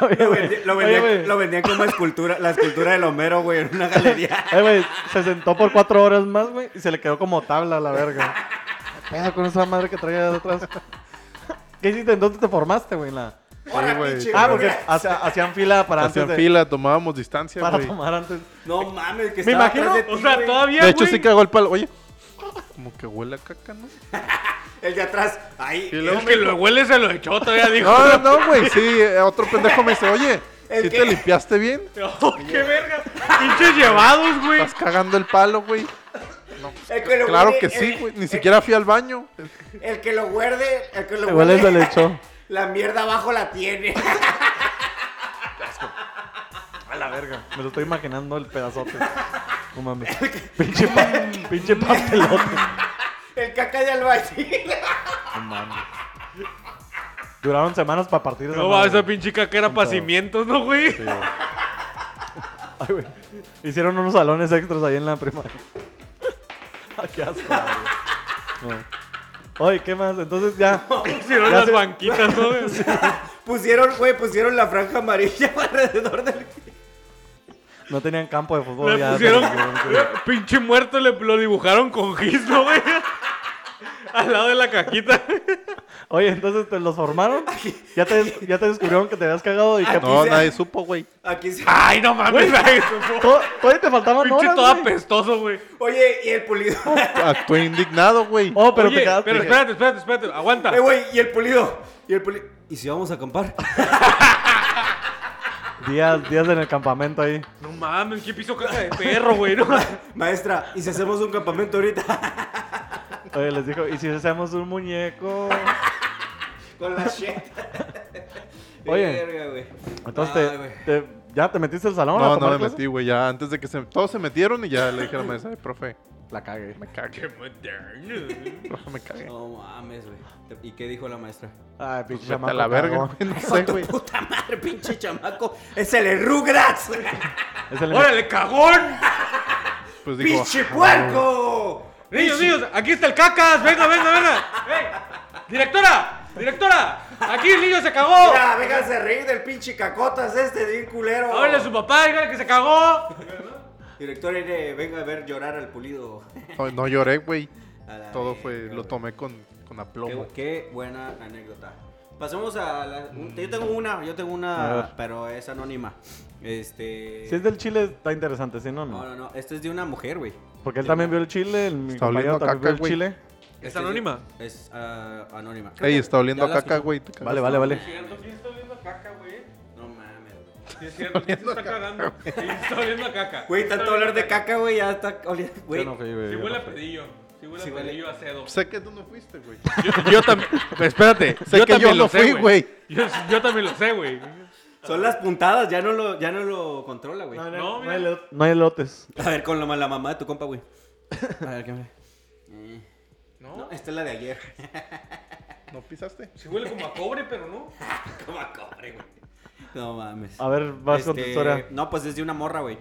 Oye,
Lo
güey.
vendían, lo
Oye,
vendían-
güey.
lo vendían como escultura, la escultura del Homero, güey, en una galería.
Eh, güey, se sentó por cuatro horas más, güey, y se le quedó como tabla a la verga. ¿Qué pedo con esa madre que traía de atrás? ¿Qué hiciste? ¿En dónde te formaste, güey? en la-
Ahora,
güey.
pinche
Ah, porque
Rugrats.
hacia- hacían fila para
Hacían
antes de...
fila, tomábamos distancia,
Para
güey.
tomar antes.
No mames, que
Me
estaba
imagino,
atrás de
O
ti,
sea,
güey.
todavía,
De hecho,
güey.
sí cagó el palo. Oye, como que huele a caca, ¿no?
El de atrás. Ahí.
Y
El que lo huele se lo echó, todavía dijo.
No, no, no, güey. Sí, eh, otro pendejo me dice, oye,
¿El
¿si
qué?
te limpiaste bien?
Oh, qué verga. Pinches llevados, güey.
Estás cagando el palo, güey.
El que lo
Claro
huele-
eh,
que
el-
sí, güey. Ni
el-
siquiera fui al baño.
El que lo guarde, el que lo
Te huele
guarde,
se le echó.
la mierda abajo la tiene.
A la verga. Me lo estoy imaginando el pedazote. No mames. Pinche, pa pinche papelote.
El caca de albañil.
No mames. Duraron semanas para partir esa
No va,
madre,
esa
güey.
pinche caca era
Sentado.
pacimientos, ¿no, güey?
Ay, güey. Hicieron unos salones extras ahí en la primaria. Ay, qué asco, güey. No. Oye, ¿qué más? Entonces ya.
Hicieron
Ya
las
se-
banquitas, ¿no? güey?
Pusieron, güey, pusieron la franja amarilla alrededor del.
No tenían campo de fútbol.
Le
ya,
pusieron-
pero-
Pinche muerto le, lo dibujaron con gis, ¿no, güey? Al lado de la cajita.
Oye, entonces te los formaron. Ya te, ya te descubrieron que te habías cagado y que pues,
No,
se-
nadie supo, güey.
Aquí se-
Ay, no mames. ay, eso,
to- todavía te faltaban
Pinche
horas.
todo
güey.
apestoso, güey.
Oye, y el pulido.
Actué indignado, güey.
Oh, pero
Oye,
te quedaste.
Pero espérate, espérate, espérate. Aguanta.
Eh, güey, y el pulido. Y el pulido. ¿Y si vamos a acampar?
Días, días en el campamento ahí.
No mames, ¿qué piso caja de perro, güey? No.
Maestra, ¿y si hacemos un campamento ahorita?
Oye, les dijo, ¿y si hacemos un muñeco?
Con la shit.
Oye.
Verga, güey.
Entonces,
Ay,
te,
güey.
te- ¿ya te metiste al salón? a
No,
tomar
no me
clases?
metí, güey. Ya antes de que se... Todos se metieron y ya le dije a la maestra, "Ay, profe,
La cagué.
me cagué,
Qué moderno.
profe, me cagué.
No mames, güey. ¿Y qué dijo la maestra?
Ay, pinche
Vete
chamaco
a la verga,
cagón.
güey. No sé, güey.
Puta madre, pinche chamaco. Es el Rugrats.
Es el
¡Órale, cagón!
Pues digo,
¡Pinche
"Ah,
puerco!
Niños, niños, aquí está el cacas. Venga, venga, venga. Ey, Directora, directora. Aquí el niño se cagó.
Mira, vénganse a reír del pinche cacotas este, bien culero.
Háblale a su papá, dígale que se cagó.
Director, eh, venga a ver llorar al pulido.
no, no lloré, güey.
A la
Todo
verga,
fue... Lo
güey.
tomé con, con aplomo.
Qué, qué buena anécdota. Pasemos a la... un- Yo tengo una, yo tengo
Mm. A
una,
ver.
pero es anónima. Este...
Si es del Chile, está interesante, ¿sí? No,
No,
no.
no, no. Este es de una mujer, güey.
Porque él también vio el Chile, el, mi
Está
compañero
oliendo
también
caca,
vio el
güey.
Chile.
Este
¿Es anónima?
Es, es, ah, anónima. Creo
Ey,
que
está oliendo
ya la
caca,
escuché.
güey. te cagas.
Vale, vale, vale.
cierto, sí está oliendo a caca, güey.
No mames, güey.
Sí, es cierto, sí se está cagando. Sí, está oliendo a caca.
Güey, tanto hablar de caca, güey, ya está oliendo. Güey,
Yo no fui, güey,
Si
yo
huele
no
a
fui.
pedillo. Si huele
Sí
a
huele.
pedillo a cedo.
Sé que tú no fuiste, güey.
Yo, también. Espérate.
Sé que yo
también
no
sé,
fui, güey.
Yo, yo también lo sé, güey.
son las puntadas, ya no lo, ya no lo controla, güey.
no, no, mira.
hay elot- no hay elotes.
A ver, con lo, la mamá de tu compa, güey. A ver, qué me... Eh,
No,
No, esta es la de ayer.
¿No pisaste?
si huele como a cobre, pero no.
Como a cobre, güey. No mames.
A ver, vas con tu
Este,
historia.
No, pues es de una morra, güey.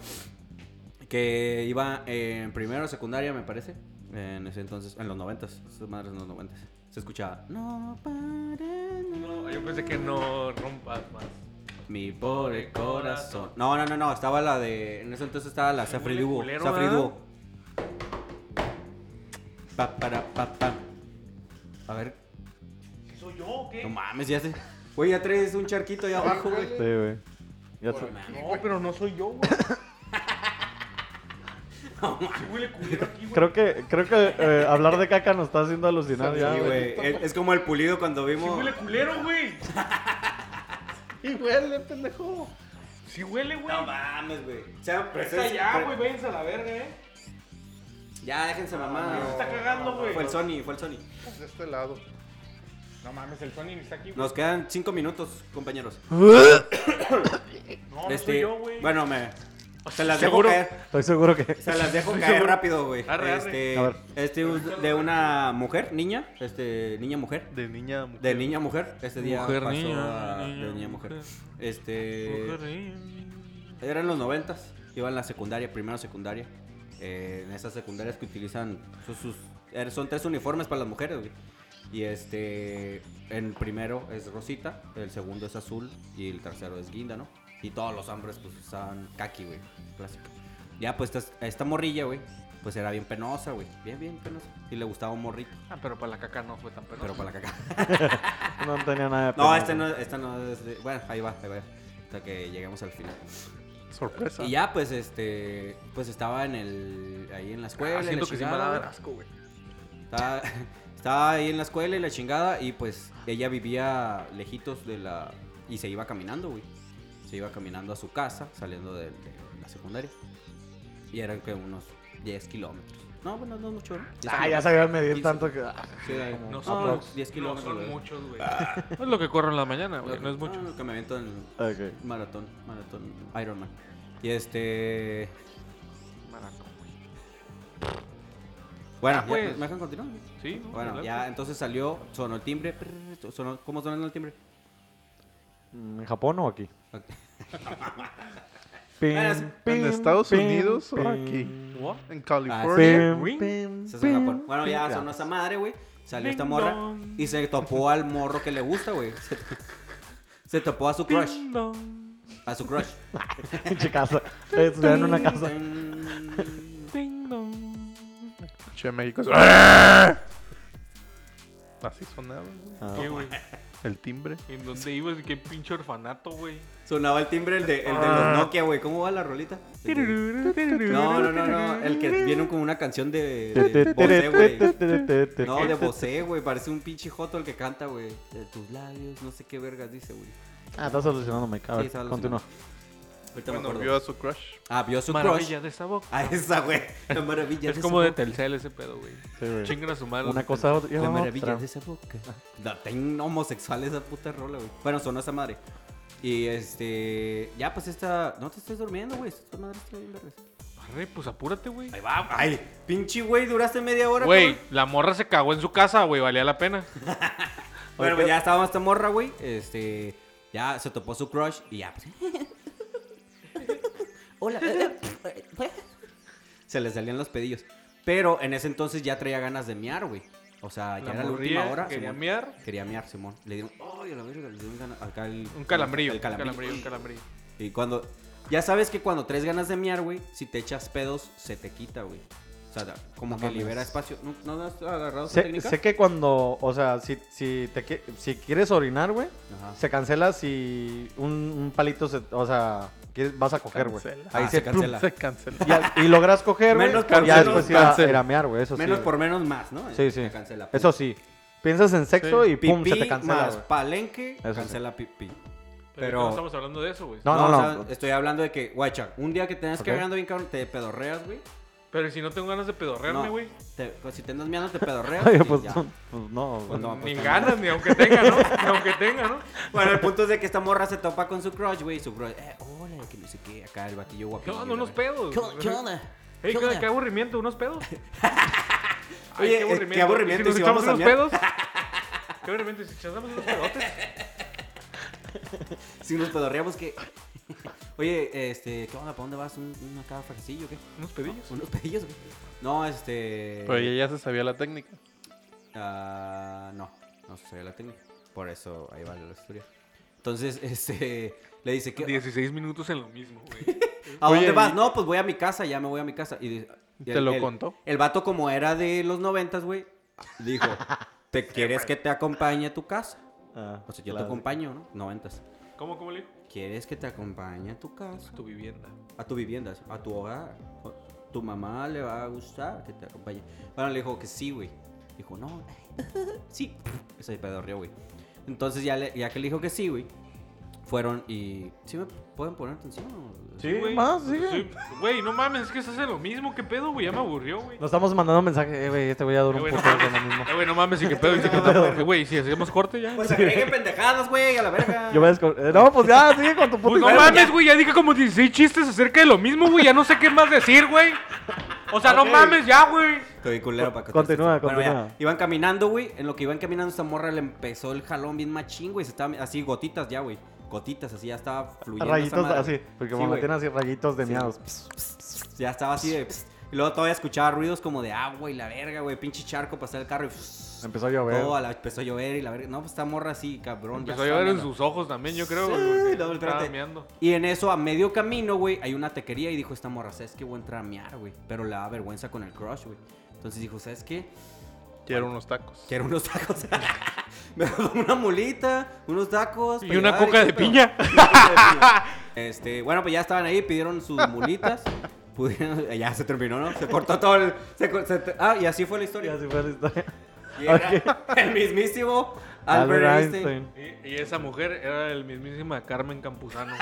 Que iba eh, en primero o secundaria, me parece. En ese entonces, en los noventas. Esas madres en los noventas. Se escuchaba. No para no,
No, yo pensé que no rompas más.
mi pobre corazón. No, no, no, no. Estaba la de. En ese entonces estaba la Safri
huele
Duo.
culero,
Safri
¿verdad?
Duo. Pa, para, pa, pa. A ver.
¿Sí ¿Soy yo o qué?
No mames, ya se. Güey, ya traes un charquito ahí abajo, güey.
Sí, güey. Ya te-
No, pero no soy yo, güey. Sí huele culero aquí, güey.
Creo que, creo que eh, hablar de caca nos está haciendo alucinar
Sí,
ya,
Sí,
güey.
güey. Es, es como el pulido cuando
Sí
vimos.
huele culero, güey.
Y huele, eh, pendejo.
Sí huele, güey.
No mames, güey. O sea,
Está ya, güey. Váyanse a la verga, eh.
Ya, déjense mamá.
Se está cagando, güey.
Fue el Sony, fue el Sony.
De este lado.
No mames, el Sony ni está aquí, güey.
Nos quedan cinco minutos, compañeros.
No, no soy yo, güey.
este, bueno, me. Se las
¿Seguro?
dejo caer.
Estoy seguro que.
Se las dejo
Sí,
caer
seguro.
rápido, güey.
Arre, arre.
Este,
A ver.
este es de una mujer, niña, este, niña mujer,
De niña a mujer.
de niña mujer, este día
Mujer,
pasó
niña,
a-
niña,
de niña mujer.
mujer. Eh,
Este,
Mujer.
eran los noventas, iban en la secundaria, primero secundaria. Eh, en esas secundarias que utilizan sus, sus- er, son tres uniformes para las mujeres, güey. Y este, el primero es rosita, el segundo es azul y el tercero es guinda, ¿no? Y todos los hombres pues usaban kaki, güey, clásico. Ya pues esta, esta morrilla, güey, pues era bien penosa, güey, bien, bien penosa. Y le gustaba un morrito,
Ah, pero para la caca no fue tan penoso.
pero para la caca.
No tenía nada de
No,
pena,
esta no,
güey.
esta no es de- Bueno, ahí va, ahí va. Hasta que lleguemos al final.
Sorpresa.
Y ya, pues, este, pues estaba en el, ahí en la escuela.
Ah,
y
siento
la
que sí me
chingada,
va a dar
güey.
asco, güey.
Estaba, estaba ahí en la escuela y la chingada y pues ella vivía lejitos de la... Y se iba caminando, güey. Se iba caminando a su casa, saliendo de, de la secundaria. Y eran que unos 10 kilómetros. No, bueno, no es mucho, ¿no? 10
Ah, ya
kilómetros.
sabían medir
Sí,
tanto que. ah,
Sí, de ahí.
No,
No,
son-
no, 10
No
kilómetros.
son
güey.
muchos, güey. Es lo que corro en la mañana, güey. No es mucho.
No, no, que me aviento en
Ok.
maratón, maratón, Ironman. Y este... Bueno,
Ah,
ya,
pues.
¿me dejan continuar? güey?
Sí, no,
Bueno,
adelante.
ya entonces salió, sonó el timbre. prrr, sonó- ¿Cómo sonó el timbre?
Mm, ¿En Japón o aquí?
Ok.
Pim,
Bueno, es-
¿En
pim,
Estados
pim,
Unidos o
pim,
aquí?
What?
En
Ah,
California.
pim,
Ring.
pim,
Se sonó
pim,
por- Bueno,
pim.
ya sonó esa madre, güey. Salió
Ding
esta morra
dong.
y se topó al morro que le gusta, güey. Se, se topó a su crush.
Ding dong.
A su crush.
Pinche casa. Estudiar en una casa.
Ding dong.
Che, México. es- Así sonaba, güey.
Ah.
¿Qué, güey?
El timbre.
¿En dónde ibas? ¿Qué pinche orfanato, güey?
Sonaba el timbre, el de, el de los Nokia, güey. ¿Cómo va la rolita? No, no, no, no. El que viene con una canción de, de Bosé, güey. No, de Bosé, güey. Parece un pinche joto el que canta, güey. De tus labios, no sé qué vergas dice, güey.
Ah, está solucionando, Mike. A
Sí,
ver,
está
continúa.
Ahorita me
Bueno,
acuerdo.
vio a su crush.
Ah, vio su
Maravilla
crush.
de esa boca.
A esa, güey. La maravilla
Es
de
como de
esa boca.
Telcel ese pedo, güey.
Sí, güey.
Chingan a su madre.
Una cosa otra.
La maravilla
otra.
de esa boca. La ten homosexual esa puta rola, güey. Bueno, sonó esa madre. Y este. Ya, pues esta. No te estés durmiendo, güey. Esta madre está bien vergas.
Arre, pues apúrate, güey.
Ahí va. Ay, pinche güey, duraste media hora,
Güey,
cabrón.
la morra se cagó en su casa, güey. Valía la pena.
Bueno, pues ya estábamos esta morra, güey. Este. Ya se topó su crush y ya. pues. Hola. se le salían los pedillos. Pero en ese entonces ya traía ganas de miar, güey. O sea, ya
La
era la
morrilla
última hora.
Quería
Simón.
miar.
Quería miar, Simón. Le dieron, ay, a la verga, le dieron ganas. Acá el.
Un calambrillo.
El calambrillo.
Un calambrillo, un calambrillo.
Y cuando. Ya sabes que cuando traes ganas de miar, güey, si te echas pedos, se te quita, güey. O sea, da- como
No
que
mames.
libera espacio. ¿No, no has agarrado esa
Sé,
técnica?
sé que cuando, o sea, si, si, te, qui- si quieres orinar, güey,
Ajá.
se cancela si un, un palito, se, o sea, quieres- vas a coger, güey.
Cancela.
Ahí
Ah,
se,
se cancela.
Se canceló.
Y, al- y logras coger, güey,
Menos
ya
por menos,
después ir a,
cancela.
ir a mear, güey, eso sí,
menos
güey.
por menos más, ¿no?
Sí, sí.
Se cancela.
Eso sí. Piensas en sexo
Sí.
y pum,
pipí
se te cancela,
más
güey.
palenque,
Eso sí.
cancela pipí.
Pero.
Pero-
No estamos hablando de eso, güey.
No, no,
o
no.
sea, estoy hablando de que, guacha, un día que te andas
Ok.
cagando bien cabrón, te pedorreas, güey.
Pero si no tengo ganas de pedorrearme,
No,
güey.
te- pues, si te andas mirando, te pedorreas.
Oye,
y
pues,
ya.
no, pues no, güey.
Pues no,
ni
pues,
ganas, ni aunque tenga, ¿no? ni aunque tenga, ¿no?
Bueno, el punto es de que esta morra se topa con su crush, güey. y Su crush, eh, hola, que no sé qué. Acá el batillo
¿Qué
guapito.
onda?
la
Unos
verga.
pedos.
¿Qué on- qué onda?
Ey,
¿Qué
qué,
onda?
qué aburrimiento, unos pedos.
Oye, eh, qué aburrimiento,
¿Y
¿y si
si nos
vamos
echamos
a
unos
mear?
pedos? Qué aburrimiento, ¿y si echamos unos pedotes?
Si nos pedorreamos, que. Oye, este, ¿qué onda? ¿Para dónde vas? ¿Un, un acá frajecillo, o qué?
Unos pedillos.
¿Unos pedillos, güey? No, este.
Pero ella ya se sabía la técnica.
Ah, no, no sé la técnica. Por eso ahí vale la historia. Entonces, este, le dice que...
16 minutos en lo mismo, güey.
¿A
Oye,
dónde vas?
y-
No, pues voy a mi casa, ya me voy a mi casa. Y, dice- y
¿Te lo contó?
El vato, como era de los noventas, güey, dijo, ¿te quieres que te acompañe a tu casa? O
Ah,
sea, pues, yo
claro.
te acompaño, ¿no? Noventas.
¿Cómo, cómo le dijo?
¿Quieres que te acompañe a tu casa?
Tu vivienda.
A tu vivienda, a tu hogar. O- Tu mamá le va a gustar que te acompañe. Bueno, le dijo que sí, güey. Dijo, no, sí. Ese pedorreó, güey. Entonces, ya, le- ya que le dijo que sí, güey, fueron y. ¿Sí me pueden poner atención?
Sí, más, sigue.
Pues Sí, Güey, no mames, es que estás en lo mismo. ¿Qué pedo, güey? Ya me aburrió, güey.
Nos estamos mandando mensajes, eh, güey, este voy a durar
Eh,
un
güey,
poco
no
con lo mismo.
mames. Eh, güey, no mames, ¿y qué pedo? ¿Y qué pedo? Eh, Güey, si hacemos corte ya.
Pues agreguen pendejadas, güey, a la verga.
Yo voy a descubrir- eh, No, pues ya, sigue con tu puta
Pues no
historia.
mames, güey, ya dije como 16 chistes acerca de lo mismo, güey, ya no sé qué más decir, güey. O sea, no mames ya, güey.
Estoy culero para
Continúa, continúa.
iban caminando, güey. En lo que iban caminando, esta morra le empezó el jalón bien machín, güey. Se estaba así, gotitas ya, güey. Gotitas, así ya estaba fluyendo. esa
Rayitos
madre.
así, porque como
güey.
tienen así rayitos de pues,
Sí.
miados.
Ya estaba así de. pss. Y luego todavía escuchaba ruidos como de agua y la verga, güey. Pinche charco, pasar el carro y. pss.
Empezó a llover.
Todo a la- empezó a llover y la verga. No, pues esta morra así, cabrón.
Empezó a
ya
llover en
sácala.
sus ojos también, yo creo,
Sí,
güey. porque
no, espérate.
estaba meando.
Y en eso, a medio camino, güey, hay una tequería y dijo esta morra, ¿sabes qué? Voy a entrar a miar, güey. Pero le da vergüenza con el crush, güey. Entonces dijo, ¿sabes qué?
Quiero unos tacos.
Quiero unos tacos. Me hago una mulita, unos tacos.
Y
pa'
una
llevar,
coca
qué
de
pedo.
piña.
Una coca de piña. Este, bueno, pues ya estaban ahí, pidieron sus mulitas. Pudieron, ya se terminó, ¿no? Se cortó todo el. se cor- se te- ah, y así fue la
Y
historia.
así fue la historia.
Y era el mismísimo Albert, Einstein.
Y, y esa mujer era el mismísima Carmen Campuzano.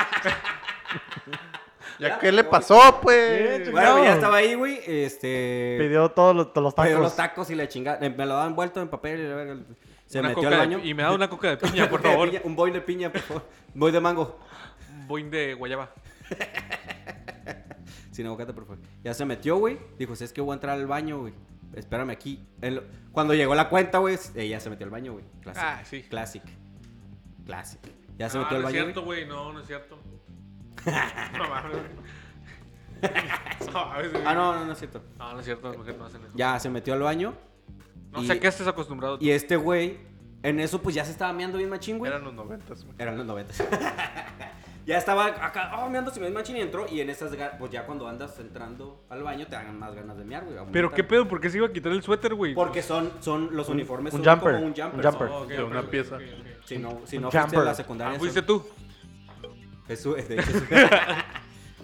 ¿Ya qué le pasó, pues?
Bien,
Bueno,
Chingado.
ya estaba ahí, güey. Este.
Pidió todos los, todos los tacos.
pidió los tacos y la chingada. eh, Me lo daban vuelto en papel. y la verga, Se
Una
metió
coca
al
de-
baño.
y me da una coca de piña, por
Coca de
favor.
piña, un boy de piña, por favor. Boy de mango.
Un Boing de guayaba.
Sin aguacate, por favor. Ya se metió, güey. Dijo, es que voy a entrar al baño, güey. Espérame aquí. Él- Cuando llegó la cuenta, güey, ella se metió al baño, güey. Classic.
Ah, sí.
Classic. Classic. Ya se
No,
metió al
no es
baño.
cierto,
güey.
güey, no, no es cierto. No mames. No, mames, güey.
Ah, no, no, no es cierto.
No, no es cierto, las mujeres no hacen eso.
Ya se metió al baño.
No
y-
sé a qué estás acostumbrado. tú.
Y este güey, en eso, pues ya se estaba meando bien machín, güey.
Eran los noventas, güey.
Eran los 90. Ya estaba acá, oh, me ando sin mi machine y entró. Y en esas, ga- pues ya cuando andas entrando al baño, te dan más ganas de mear, güey.
Pero
aumentan.
qué pedo, ¿por qué se iba a quitar el suéter, güey?
Porque son, son los uniformes.
un
son
jumper,
Como un
un
jumper.
jumper.
son-
Oh, ok,
De una
ok,
pieza.
ok, ok.
si no, si
Un
no fuiste a la
jumper.
secundaria.
Ah, fuiste
son-
tú.
Es su- de hecho, su-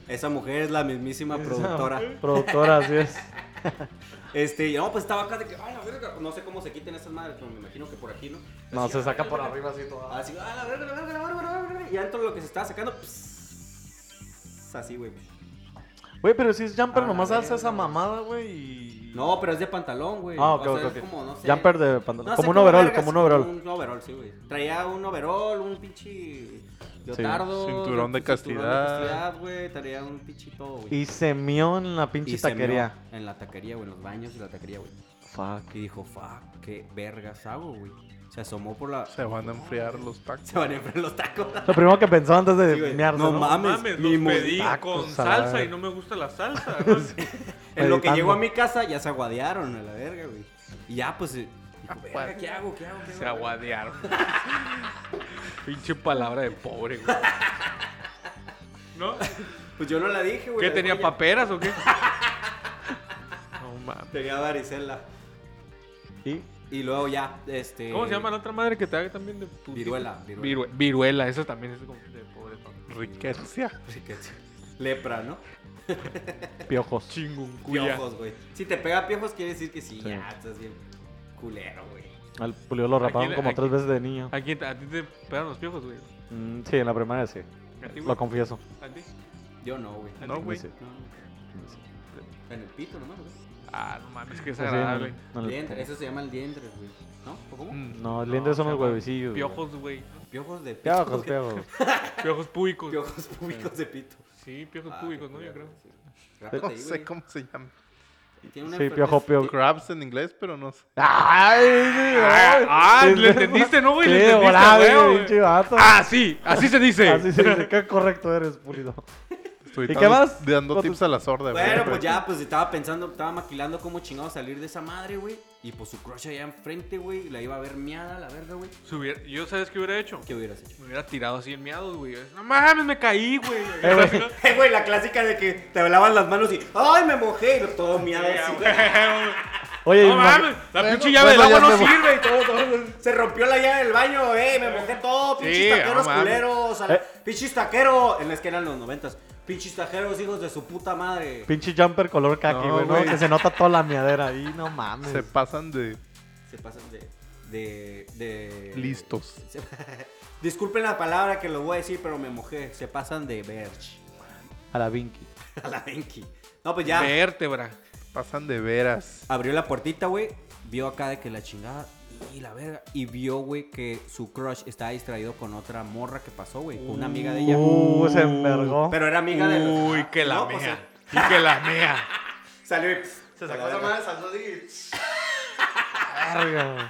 esa mujer es la mismísima productora.
Productora, así es.
Este, y no, pues estaba acá de que, ay, la verga. No sé cómo se quiten esas madres, pero me imagino que por aquí, ¿no?
No, se saca por arriba así todo.
Así, ah, la verga, la verga, la verga, la verga. Y adentro lo que se estaba sacando, pss, así, güey.
Güey, pero si es jumper,
Ah,
nomás
la
alza esa
verga.
mamada, güey. y-
No, pero es de pantalón, güey.
Ah, ok,
O
ok,
sea,
ok.
Es como, no sé.
Jumper de
No
pantalón.
sé
como un
cómo
overall,
vergas,
como un overall.
Un overall, sí, güey. Traía un overall, un pinche. Leotardo.
Cinturón de
su
castidad.
Cinturón de castidad, güey. Traía un pinchito, güey.
Y se mió en la pinche
se
taquería.
meó En la taquería, güey. En los baños de la taquería, güey.
Fuck.
Y dijo, fuck, qué vergas hago, güey. Se asomó por la.
Se van a enfriar los tacos.
Se van a enfriar los tacos.
Lo primero que pensó antes de
Sí, güey.
mearse,
No
¿no?
mames,
Mames,
mi
los pedí
tacos,
con
a la
salsa
verga.
y no me gusta la salsa. ¿no?
En lo que
Meditando.
llego a mi casa ya se aguadearon a la verga, güey. Y ya, pues. eh, dijo, "Verga, ¿Qué hago? ¿Qué hago? ¿Qué
Se
hago?"
aguadearon. Pinche palabra de pobre, güey. ¿No?
Pues yo no la dije, güey.
¿Qué
la dejó
tenía
ella.
paperas o qué? No mames.
Tenía varicela.
Y
Y luego ya, este.
¿Cómo se llama la otra madre que te haga también de putito?
Viruela, viruela.
Virue- viruela, esa también es como de pobre.
Riqueza.
Riqueza. Lepra, ¿no?
piojos.
Chinguncuya.
Piojos, güey. Si te pega piojos, quiere decir que sí,
Sí.
ya estás bien culero, güey.
Al Pulido lo raparon
Aquí-
como
aquí-
tres veces de niño.
¿A, quién- a ti te pegan los piojos, güey?
Mm, sí, en la primaria sí.
¿A ti,
Lo
güey?
confieso.
¿A ti?
Yo no, güey.
¿A
No,
ti?
güey.
Sí,
No, no.
sí.
En el pito nomás, güey.
Ah, no mames, que es
Así en-
agradable.
en el-
Dientes, eso se llama el diendre, güey. ¿No? ¿O cómo?
Mm,
No, el diente son
se
los
llama
huevecillos, güey.
Piojos, güey.
Piojos de pito. güey.
Piojos, piojos.
Piojos públicos.
Piojos públicos de pito.
Sí, piojos
Ah,
públicos,
qué
¿no? Yo creo.
culero, sí. Rápate
No
ahí,
sé
güey.
cómo se llama.
Tiene una
Sí,
enfermedad-
piojo, piojo.
Crabs en inglés, pero no sé.
¡Ay! sí, ay.
Ah,
Sí,
le
sí.
entendiste, ¿no, güey?
Sí,
Le entendiste,
hola,
güey,
güey,
güey.
pinche vato. Ah,
Ah, sí, así se dice.
Así se dice. Qué correcto eres, Pulido.
Estoy
¿Y qué
dando-
más?
Dando
Con
tips
tu-
a la sorda, güey.
Bueno, pues ya, pues estaba pensando, estaba maquilando cómo chingado salir de esa madre, güey. Y pues su crush allá enfrente, güey, la iba a ver miada, la verga, güey.
Se hubiera- Yo sabes qué hubiera hecho.
¿Qué hubieras hecho?
Me hubiera tirado así en miados, güey. No mames, me caí, güey.
Eh, güey.
Eh, güey, la clásica de que te lavas las manos y ¡ay, me mojé! Y todo miado así, güey.
Oye,
No
imagi-
mames, la pinche llave del
bueno,
agua
ya
no
me voy.
sirve y todo, todo.
Se rompió la llave del baño, eh, me mojé todo, pinches
Sí,
taqueros
no mames.
culeros, a la-
Eh.
pinches taqueros, en la esquina en los noventas, pinches taqueros, hijos de su puta madre.
Pinche jumper color caqui,
No,
güey. No,
güey.
que se nota toda la miadera ahí. No mames.
Se pasan de
Se pasan de. de. de.
listos.
Se- Disculpen la palabra que lo voy a decir, pero me mojé. Se pasan de verge.
A la Vinky.
A la Benki. No, pues ya.
Vértebra.
Pasan de veras.
Abrió la puertita, güey. Vio acá de que la chingada. Y la verga. Y vio, güey, que su crush estaba distraído con otra morra que pasó, güey. Con una amiga de ella.
Uh, se envergó.
Pero era amiga de. los-
Uy, que la
No, pues,
mea. Y que la mea.
Salió y. Se sacó la madre.
salud y
Verga, güey.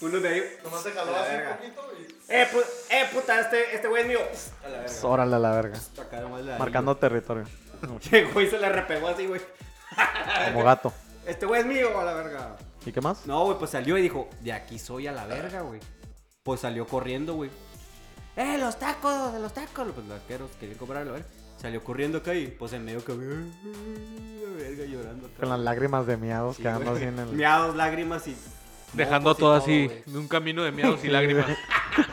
Uno de ahí.
nomás se
jaló así un poquito Eh, pu- eh, puta, este, este güey es mío. A la verga.
Órale a la verga.
Acá nomás le da
Marcando territorio.
ahí. Llegó y se le repegó así, güey.
Como gato.
Este güey es mío, a la verga.
¿Y qué más?
No, güey, pues salió y dijo, de aquí soy a la verga, güey. Pues salió corriendo, güey. ¡Eh, los tacos! ¡De los tacos! Pues los arqueros querían cobrarlo, ¿eh? Salió corriendo acá y pues en medio que... La verga llorando. acá.
Con las lágrimas de miados
Sí,
quedando
güey.
así en el.
Miados, lágrimas y...
Dejando
mocos pues, y
todo así,
güey.
de un camino de miados y lágrimas.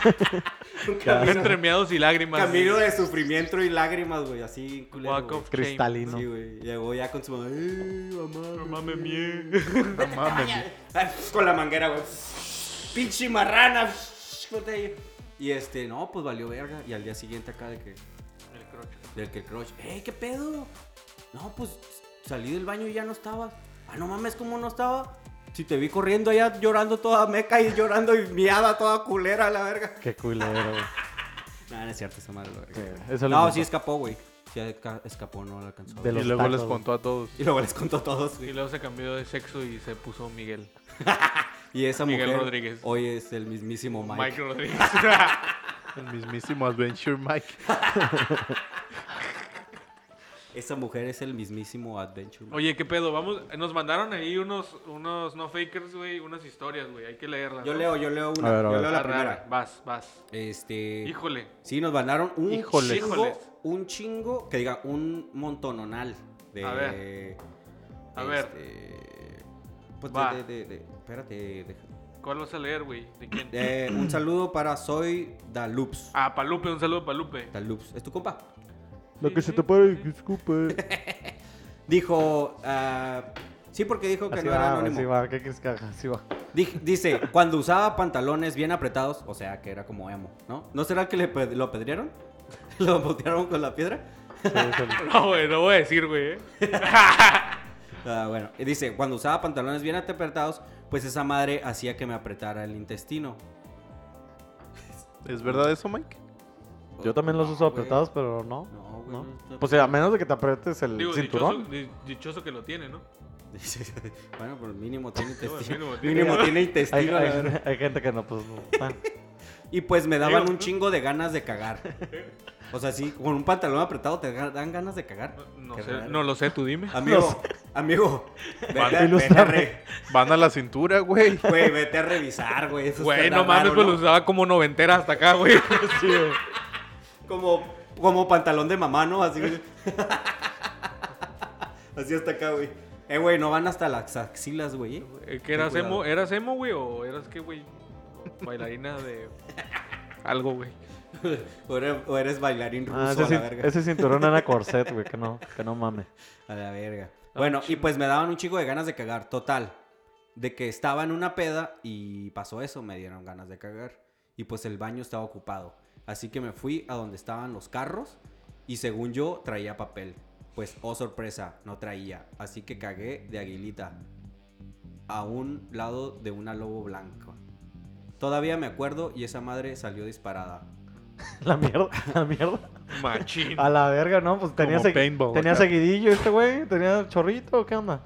Un
Un
camino,
Entre miados y lágrimas.
camino de sufrimiento y lágrimas, güey. Así, culero,
Walk
güey.
of
Cristalino.
Sí, güey. Llegó ya con su mamá. ¡Eh, mamá!
shame. No mames, mie.
No mames.
Ay, Con la manguera, güey. Pinche marrana. Ponte ahí. Y este, no, pues valió verga. Y al día siguiente acá de que... Del que el crush, ¡eh, qué pedo! No, pues salí del baño y ya no estabas. Ah, no mames, ¿cómo no estaba? Si te vi corriendo allá llorando toda meca y llorando y miada toda culera, la verga.
Qué culero, güey.
Ah, No, no es cierto, esa madre, la verga.
Sí, eso es lo
no,
mejor.
sí escapó, güey. Sí esca- escapó, no la alcanzó.
De
Y
los
luego
tacos,
les
güey.
contó a todos.
Y luego les contó a todos,
Y
güey.
luego se cambió de sexo y se puso Miguel.
Y esa
Miguel
mujer
Rodríguez.
hoy es el mismísimo Mike.
Mike Rodríguez.
El mismísimo Adventure Mike.
Esa mujer es el mismísimo Adventure. Man.
Oye, ¿qué pedo? Vamos, nos mandaron ahí unos, unos no fakers, güey, unas historias, güey. Hay que leerlas.
Yo
¿no?
leo, yo leo una.
A ver, a
yo
ver.
leo la
Arre, arre,
primera.
Ah, Vas, vas.
Este.
Híjole.
Sí, nos mandaron un
Híjoles.
chingo,
Híjoles.
un chingo, que diga, un montononal de...
A ver. A ver.
este, Pues
Va.
de, de- de- de- espérate, deja-
¿Cuál vas a leer, güey? ¿De quién?
Eh, un saludo para Soy Dalups.
Ah, Palupe, un saludo a Palupe.
Dalups, ¿es tu compa?
Lo
Sí,
que
sí.
se te pare, disculpe.
Dijo, ah, sí, porque dijo que
Así
no era
va, güey,
anónimo.
así va. ¿Qué crees que haga? Así va.
Dij- dice, cuando usaba pantalones bien apretados, o sea, que era como emo, ¿no? ¿No será que le pe- lo apedrearon? ¿Lo botearon con la piedra?
No, güey, no voy a decir, güey. eh.
Ah, bueno, y dice, cuando usaba pantalones bien apretados, pues esa madre hacía que me apretara el intestino.
¿Es verdad eso, Mike?
Yo también los
No,
uso
güey.
apretados, pero no.
No, güey.
¿No?
no está-
Pues a menos de que te apretes el
Digo, dichoso,
cinturón.
di- dichoso que lo tiene, ¿no?
Dice, bueno, pero mínimo tiene
Bueno,
intestino.
mínimo tiene.
mínimo tiene
Hay,
intestino.
hay-
la verdad.
hay gente que no, pues no. Ah,
Y pues me daban
Digo,
un chingo de ganas de cagar. O sea, sí, con un pantalón apretado te ga- dan ganas de cagar.
No,
Qué
sé,
raro. Ah,
no lo sé, tú dime.
Amigo,
No sé.
amigo, vete, a- vete, a
ilústrame.
re-
Van a la cintura, güey.
güey, vete a revisar, güey. eso
Güey,
está
no mames,
raro,
pues
¿no?
lo usaba como noventera hasta acá, güey.
sí, güey.
Como, como pantalón de mamá, ¿no? Así, güey. Así hasta acá, güey. Eh, güey, no van hasta las axilas, güey. ¿eh?
Eh, ¿Qué eras
Ten cuidado.
emo? ¿Eras emo, güey? ¿O eras qué, güey? Bailarina de algo, güey.
O eres, o eres bailarín ruso
Ah, ese,
a la
cin-
verga.
ese cinturón era corset, güey, que no, que no mame.
A la verga. Bueno, y pues me daban un chico de ganas de cagar, total. De que estaba en una peda y pasó eso, me dieron ganas de cagar. Y pues el baño estaba ocupado. Así que me fui a donde estaban los carros y según yo traía papel. Pues, oh sorpresa, no traía. Así que cagué de aguilita a un lado de una lobo blanca. Todavía me acuerdo y esa madre salió disparada.
La mierda, la mierda.
Machín.
A la verga, ¿no? Pues tenía, segui-
paintball,
tenía
acá.
seguidillo este güey, tenía chorrito, o ¿qué onda?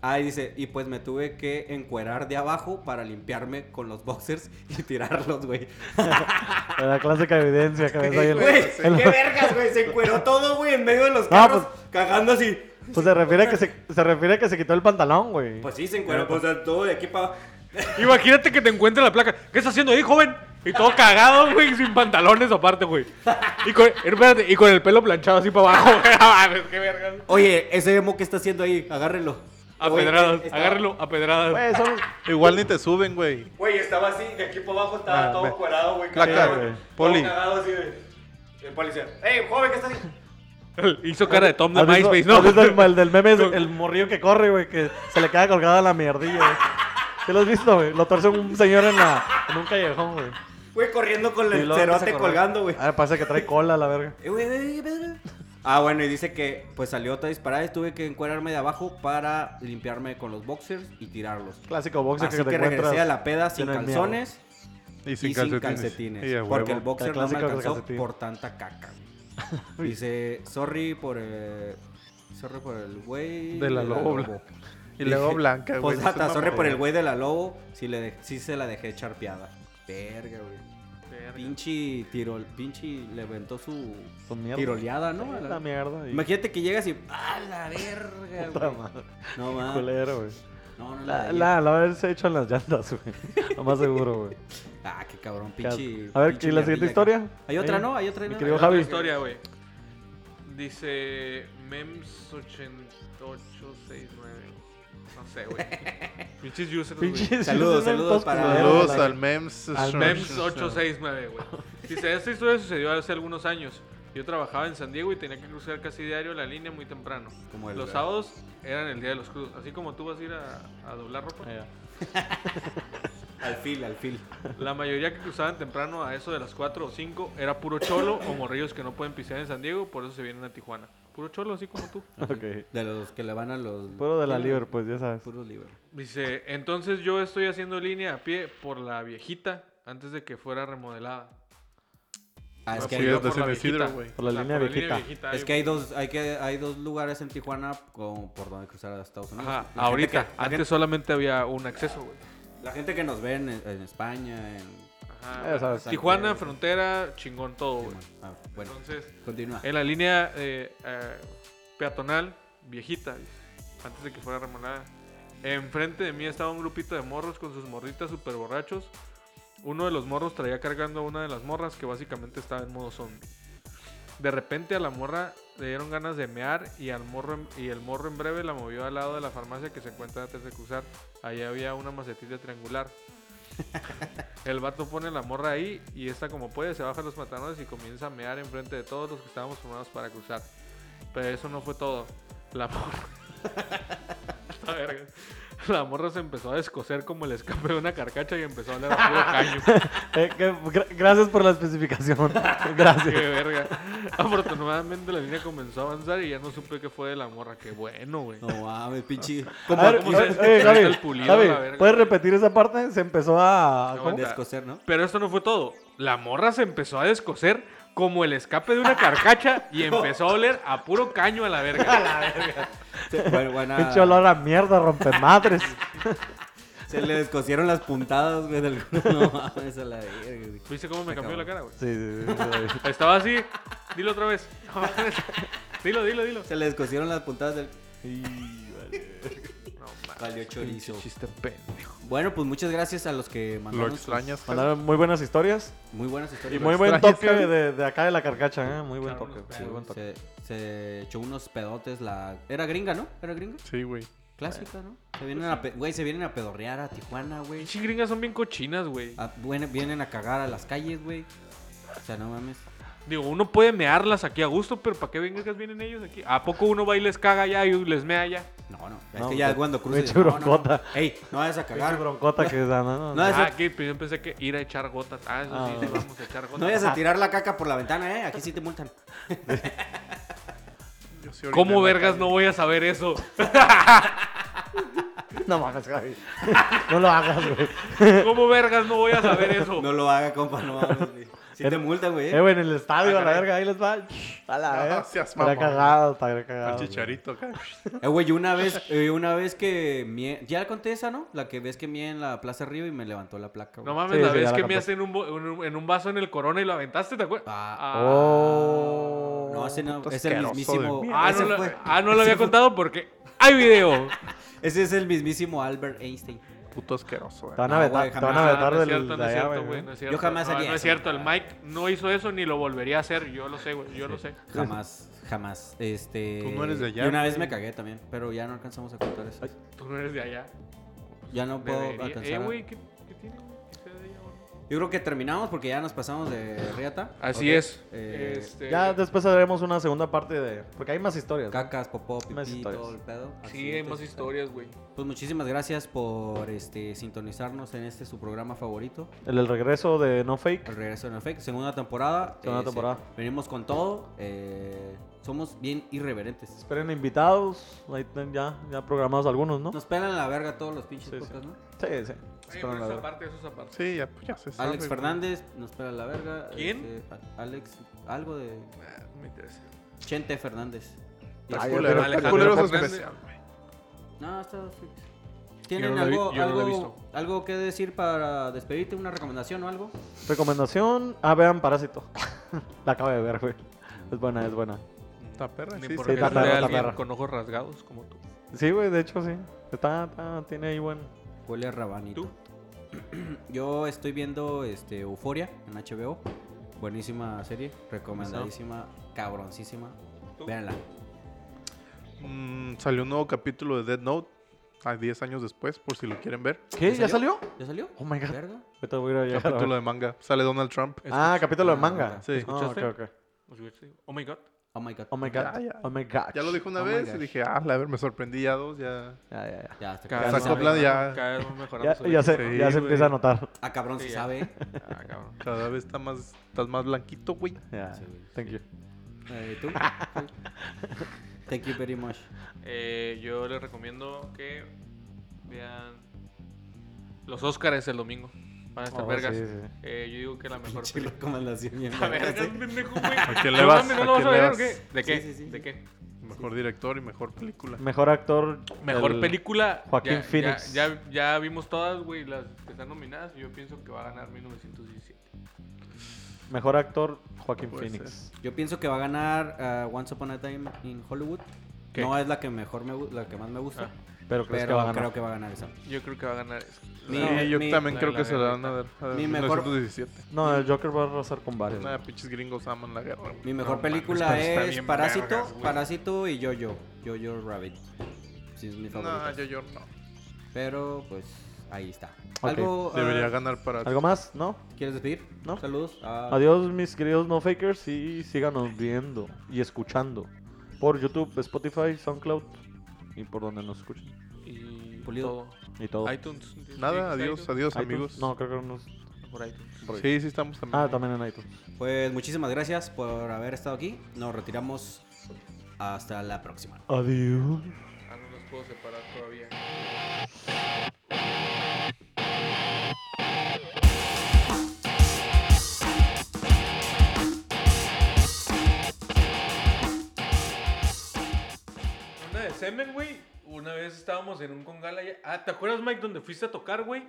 Ah, y dice, y pues me tuve que encuerar de abajo para limpiarme con los boxers y tirarlos, güey.
La clásica evidencia que ves ahí. en-
Güey,
en
qué
la-
vergas, güey. Se encueró todo, güey, en medio de los
No,
carros, cagando así.
Pues se refiere a que se, se refiere a que se quitó el pantalón, güey.
Pues sí, se encueró, pues, o sea, todo de aquí para abajo.
Imagínate que te encuentre la placa. ¿Qué está haciendo ahí, joven? Y todo cagado, güey, sin pantalones aparte, güey. Y con, espérate, y con el pelo planchado así para abajo, güey. No mames, qué vergas.
Oye, ese emo que está haciendo ahí, agárrenlo.
A
Oye,
pedradas,
estaba-
agárrelo, a pedradas.
Güey, son los-
Igual ni te suben, güey.
Güey, estaba así, de aquí para abajo estaba
Ah,
todo
ve.
encuerado, güey.
Placa,
cagado,
güey.
Todo
Poli.
cagado así de... El policía, ¡Ey, joven, qué estás haciendo?
Hizo cara de Tom de
¿Has visto-
MySpace,
has visto el,
¿no?
el del meme es el morrillo que corre, güey, que se le queda colgada la mierdilla, güey. ¿Sí lo has visto, güey? Lo torce un señor en, la, en un callejón, güey.
Güey, corriendo con
Y
el
luego empieza
cerote
a correr.
colgando, güey.
Ah, parece que trae cola, la verga.
Eh, güey, güey, güey, güey. Ah, bueno, y dice que pues salió otra disparada y tuve que encuadrarme de abajo para limpiarme con los boxers y tirarlos.
Clásico boxer
Así
que
que,
te
regresé
encuentras
a la peda sin
lleno de
calzones
Y
y sin calcetines.
Y a
porque el
huevo.
boxer
La
no me
clásica
alcanzó
calcetín.
por tanta caca. güey. Dice, sorry por eh, sorry por el güey
De la lobo blan- Y luego blanca, güey.
Pues
no seas
sorry
mamón.
por el güey de la lobo si le de- si se la dejé charpeada. Verga, güey. Pinche tiro, pinche le aventó su
Su mierda.
tiroleada, ¿no? A la-
La mierda. y-
Imagínate que llegas y. ¡A la verga,
Puta
güey!
madre.
No mames.
Culero, güey.
No, no,
La,
la,
la, la haberse hecho en las llantas, güey. Lo más seguro, güey.
Ah, qué cabrón,
Qué asco.
pinche.
A ver,
pinche
¿y la siguiente
mierdilla,
historia?
cabrón. Hay otra,
Ahí.
¿no? Hay otra,
Mi
¿no?
querido
Hay otra
Javi.
historia.
historia, güey. Dice Mems8869. No sé, güey. Pinches users, güey.
Pinches.
Saludos,
esos eran
saludos
todos
para-
culeros,
Saludos
la-
al Mems.
Al
Mems869, güey. Dice, esta historia sucedió hace algunos años. Yo trabajaba en San Diego y tenía que cruzar casi diario la línea muy temprano.
Como el-
los sábados eran el día de los crudos. Así como tú vas a ir a, a doblar ropa.
Ahí va.
Al fil, al fil.
La mayoría que cruzaban temprano a eso de las 4 o 5 era puro cholo o morrillos que no pueden pisear en San Diego, por eso se vienen a Tijuana. Puro cholo, así como tú.
Ok.
De los que le van a los.
Puro de la liver, pues, ya sabes.
Puro libre.
Dice, entonces yo estoy haciendo línea a pie por la viejita antes de que fuera remodelada.
Ah, es
Me
que,
Sí,
fui
hay,
es de
por la
San Isidro,
viejita.
güey.
Por la
O sea,
línea viejita.
es que hay dos, hay que, hay dos lugares en Tijuana como por donde cruzar a Estados Unidos.
Ajá,
La gente
ahorita.
que- la,
Antes
gente,
solamente había un acceso, güey.
la gente que nos ve en, en España, en.
Ajá.
Ya sabes.
Tijuana, frontera, chingón todo, güey.
Ah, bueno,
Entonces,
continúa.
en la línea eh, eh, peatonal, viejita, antes de que fuera remonada. Enfrente de mí estaba un grupito de morros con sus morritas super borrachos. Uno de los morros traía cargando a una de las morras que básicamente estaba en modo zombie. De repente a la morra le dieron ganas de mear y, al morro en- y el morro en breve la movió al lado de la farmacia que se encuentra antes de cruzar. Ahí había una macetita triangular. El vato pone la morra ahí y esta como puede se baja los matanones y comienza a mear enfrente de todos los que estábamos formados para cruzar. Pero eso no fue todo. La morra... La verga. La morra se empezó a descoser como el escape de una carcacha y empezó a hablar a puro caño.
Eh, que- gra- gracias por la especificación. Gracias.
Qué verga. Afortunadamente la línea comenzó a avanzar y ya no supe qué fue de la morra. Qué bueno, güey.
No mames, pinche.
A ver,
cómo se
eh,
desconecta
eh, Gaby,
el pulido,
Gaby,
la verga?
¿Puedes repetir esa parte? Se empezó a.
No,
¿cómo?
de-
Descoser, ¿no?
Pero esto no fue todo. La morra se empezó a descoser como el escape de una carcacha y empezó a oler a puro caño a la verga.
Se, bueno, buena-
Pinche olor a mierda, rompemadres.
se le descosieron las puntadas, güey. Del... No mames, a la verga, güey.
¿Viste cómo me cambió la cara, güey?
sí, sí, sí, sí, sí.
Estaba así. Dilo otra vez. No mames. Dilo, dilo, dilo.
Se le descosieron las puntadas del.
Y, vale.
No mames.
Valió chorizo.
Chiste pendejo.
Bueno, pues muchas gracias a los que
Lo
mandaron. sus-
extrañas.
Mandaron muy buenas historias.
Muy buenas
Y
historias.
muy buen
extrañas,
toque
Gaby.
de, de acá de la carcacha, ¿eh? Muy buen toque.
Claro,
Sí,
muy buen toque.
se, se echó unos pedotes la... Era gringa, ¿no? Era gringa.
Sí, güey.
Clásica, ¿no? Se vienen a, pe- güey, se vienen a pedorrear a Tijuana, güey.
Pinches gringas son bien cochinas, güey.
A- vienen- vienen a cagar a las calles, güey. O sea, no mames.
Digo, uno puede mearlas aquí a gusto, pero ¿para qué vengas vienen ellos aquí? ¿A poco uno va y les caga allá y les mea allá?
No, no. Es
No,
que ya
güey.
cuando cruces.
Pinche
No, no, no.
broncota.
Ey, no vayas a
Pinche
cagar.
broncota que da, ¿no?
No, eso-
ah, que yo pensé que ir a echar gotas. Ah, eso sí,
Ah.
sí, vamos a echar gotas.
No vayas a tirar la caca por la ventana, eh. Aquí sí te multan.
Yo sí oriné en
¿Cómo
la
vergas
calle.
no voy a saber eso?
No mames, Gaby. No lo hagas, güey.
¿Cómo vergas no voy a saber eso?
No lo haga, compa, no mames, güey. Sí te multan, güey.
Eh,
eh.
güey, en el estadio,
Ah,
a la
caray.
verga, ahí les va. A la
No,
verga.
seas
Estaría
mamón.
cagado, estaría cagado.
Al
güey.
chicharito acá.
Eh, güey, una vez, eh, una vez que mie... Ya conté esa, ¿no? La que ves que mía en la Plaza Río y me levantó la placa, güey.
No mames,
Sí,
la
sí,
vez
ya la
que me
contaste.
hacen un, bo- un- en un vaso en el corona y lo aventaste, ¿te acuerdas?
Ah.
Oh.
No, ese no,
Puto
es el
asqueroso
mismísimo.
de mierda.
Ah,
ese
no, lo,
fue-
ah, no lo había contado porque hay video.
Ese es el mismísimo Albert Einstein.
Puto asqueroso,
Te
güey.
van a
No,
vetar,
güey,
te van a
jamás.
vetar
no es
del
cierto, no
de
es
allá,
cierto,
güey.
güey. No es cierto.
jamás
No,
haría
no es
eso.
cierto, el Mike no hizo eso ni lo volvería a hacer. Yo lo sé, güey. Yo lo sé.
Jamás, jamás. Este.
Tú no eres de allá,
Y una
güey.
vez me cagué también, pero ya no alcanzamos a contar eso.
Tú no eres de allá.
Ya no puedo
Debería-
alcanzar.
Eh,
a-
güey, ¿qué, qué tiene? que sea de allá, güey?
Yo creo que terminamos porque ya nos pasamos de Riata.
Así
Ok.
es.
Eh,
Este,
Ya después haremos una segunda parte de. Porque hay más historias. ¿no?
Cacas, popó,
Más
pipí,
historias.
todo el pedo.
Sí,
Así
hay
es,
más
este,
historias, güey.
Pues muchísimas gracias por este sintonizarnos en este su programa favorito.
El, el regreso de No Fake.
El regreso en efecto, segunda temporada.
Segunda
sí,
temporada.
venimos con todo. eh, somos bien irreverentes.
Esperen invitados. Ahí ten- ya, ya programados algunos, ¿no?
Nos pelan la verga todos los pinches
Sí, sí.
podcasts, ¿no?
Sí, sí.
Oye,
Esperen
pero
la
eso
verdad.
aparte, eso es aparte.
Sí, ya, pues ya se sabe.
Alex
güey.
Fernández nos pela la verga.
¿Quién?
este, a- Alex, algo de
Nah, no Ah, me interesa.
Chente Fernández.
Está
Ay,
culero,
Alejandro
está culero ese
Fernández.
especial, güey.
No, está. ¿Tienen
Yo no lo he vi-
algo,
yo no lo he
algo, algo que decir para despedirte? ¿Una recomendación o algo?
Recomendación: Ah, vean Parásito. la acabo de ver, güey. Es buena, es buena.
Está perra,
Ni
sí,
porque
sí,
qué
sea
está
perra,
de
está
alguien
perra.
con ojos rasgados como tú.
Sí, güey, de hecho, sí. Está, está- tiene ahí buen.
Huele a rabanito.
¿Tú?
Yo estoy viendo este, Euforia en HBO. Buenísima serie. Recomendadísima. Cabroncísima.
¿Tú?
Véanla.
Mm, salió un nuevo capítulo de Dead Note. A 10 años después, por si lo quieren ver.
¿Qué?
¿Ya
¿Ya salió?
¿Ya salió?
Oh my god.
¿Verga?
Ahorita voy a ir a llegar a ver.
Capítulo de manga. Sale Donald Trump.
Ah, capítulo de manga.
Sí.
Ah, ok, ok.
Oh my god.
Oh my god.
Oh my
Ya,
god.
ya.
Oh my god.
Ya lo dijo una
Oh my
vez y
gosh.
dije, ah, la ver, me sorprendí ya dos, ya.
Ya, ya, ya.
Ya, está.
vez Sacó
más
plan
mejorando,
ya.
Cada vez más mejorando.
Ya,
su
ya
leche.
se, ya
Sí,
se
güey.
empieza a notar.
Ah, cabrón,
Sí,
se
ya.
sabe. ¿eh?
Ah, cabrón.
Cada vez está más, estás más blanquito, güey.
Ya.
Sí, güey.
Thank you.
Eh, ¿Tú? Thank you very much.
Eh, yo les recomiendo que vean los Óscares el domingo. Van a estar
Oh,
vergas.
sí, sí.
Eh, yo digo que la mejor
Pinche
película.
recomendación bien
A ver,
verga, sí.
pendejo, güey. No
quién le vas?
mames, ¿No
¿A
lo vas
quién
a
le
ver o
vas?
qué? ¿De qué?
sí, sí.
¿De qué?
Mejor director y mejor película.
Mejor actor.
Mejor
el-
película.
Joaquín
ya,
Phoenix.
Ya, ya, ya vimos todas, güey, las que están nominadas. Yo pienso que va a ganar 1917.
Mejor actor, Joaquín
Puede
Phoenix.
uh, Yo pienso que va a ganar ah, Once Upon a Time in Hollywood.
¿Qué?
No es la que mejor me gu- la que más me gusta,
Ah,
Pero crees que
pero
va a ganar.
creo que va a ganar esa.
Yo creo que va a ganar eso.
Mi-
Sí, yo
mi-
también
la-
creo
la
que se la van a dar.
guerrita.
A
Mi
mi
mejor-
mejor... 1917.
No, el Joker va a arrasar con varios.
Nada, Ah, pinches gringos aman la guerra.
Mi
No
mejor
mames,
película
pero está
es
bien
Parásito,
vergas, güey.
Parásito y Jojo, Jojo Rabbit. Sí es mi favorita.
No, yo, yo no.
Pero pues ahí está.
Ok.
Algo ah,
Debería ganar para
¿Algo más? ¿No?
¿Quieres decir?
No.
Saludos. Ah,
Adiós, mis queridos no fakers. Y síganos viendo y escuchando por YouTube, Spotify, Soundcloud y por donde nos escuchen.
Y
Pulido.
Y todo.
iTunes.
Nada, adiós, adiós,
iTunes?
amigos.
No, creo que no. es-
Por iTunes.
por ahí.
Sí, sí, estamos también.
Ah,
ahí.
también en iTunes.
Pues muchísimas gracias por haber estado aquí. Nos retiramos hasta la próxima.
Adiós.
Ah, no los puedo separar todavía. Una de semen, güey. Una vez estábamos en un congal allá. Ah, ¿te acuerdas, Mike, donde fuiste a tocar, güey?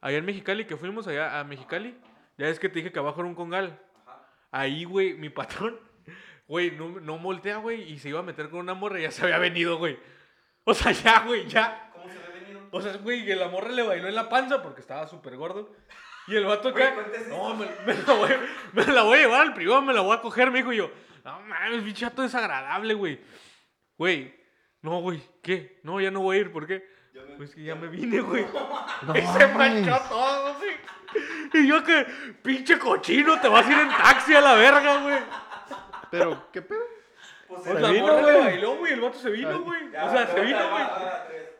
Allá en Mexicali, que fuimos allá a Mexicali. Ya es que te dije que abajo era un congal. Ahí, güey, mi patrón, güey, no, no voltea, güey, y se iba a meter con una morra y ya se había venido, güey. O sea, ya, güey, ya. ¿Cómo se había venido? O sea, güey, que la morra le bailó en la panza porque estaba súper gordo. Y el vato acá, no, me, me la voy, me la voy a llevar al privado, me la voy a coger, me dijo y yo. No mames, pinche chato desagradable, güey. Güey, no, güey, ¿qué? No, ya no voy a ir, ¿por qué? Pues que ya me vine, güey. y se manchó todo, güey. Y yo que, pinche cochino, te vas a ir en taxi a la verga, güey.
Pero, ¿qué pedo?
Pues Ah, O sea, la morra le bailó, güey, el vato se vino, güey. O sea, se vino, güey.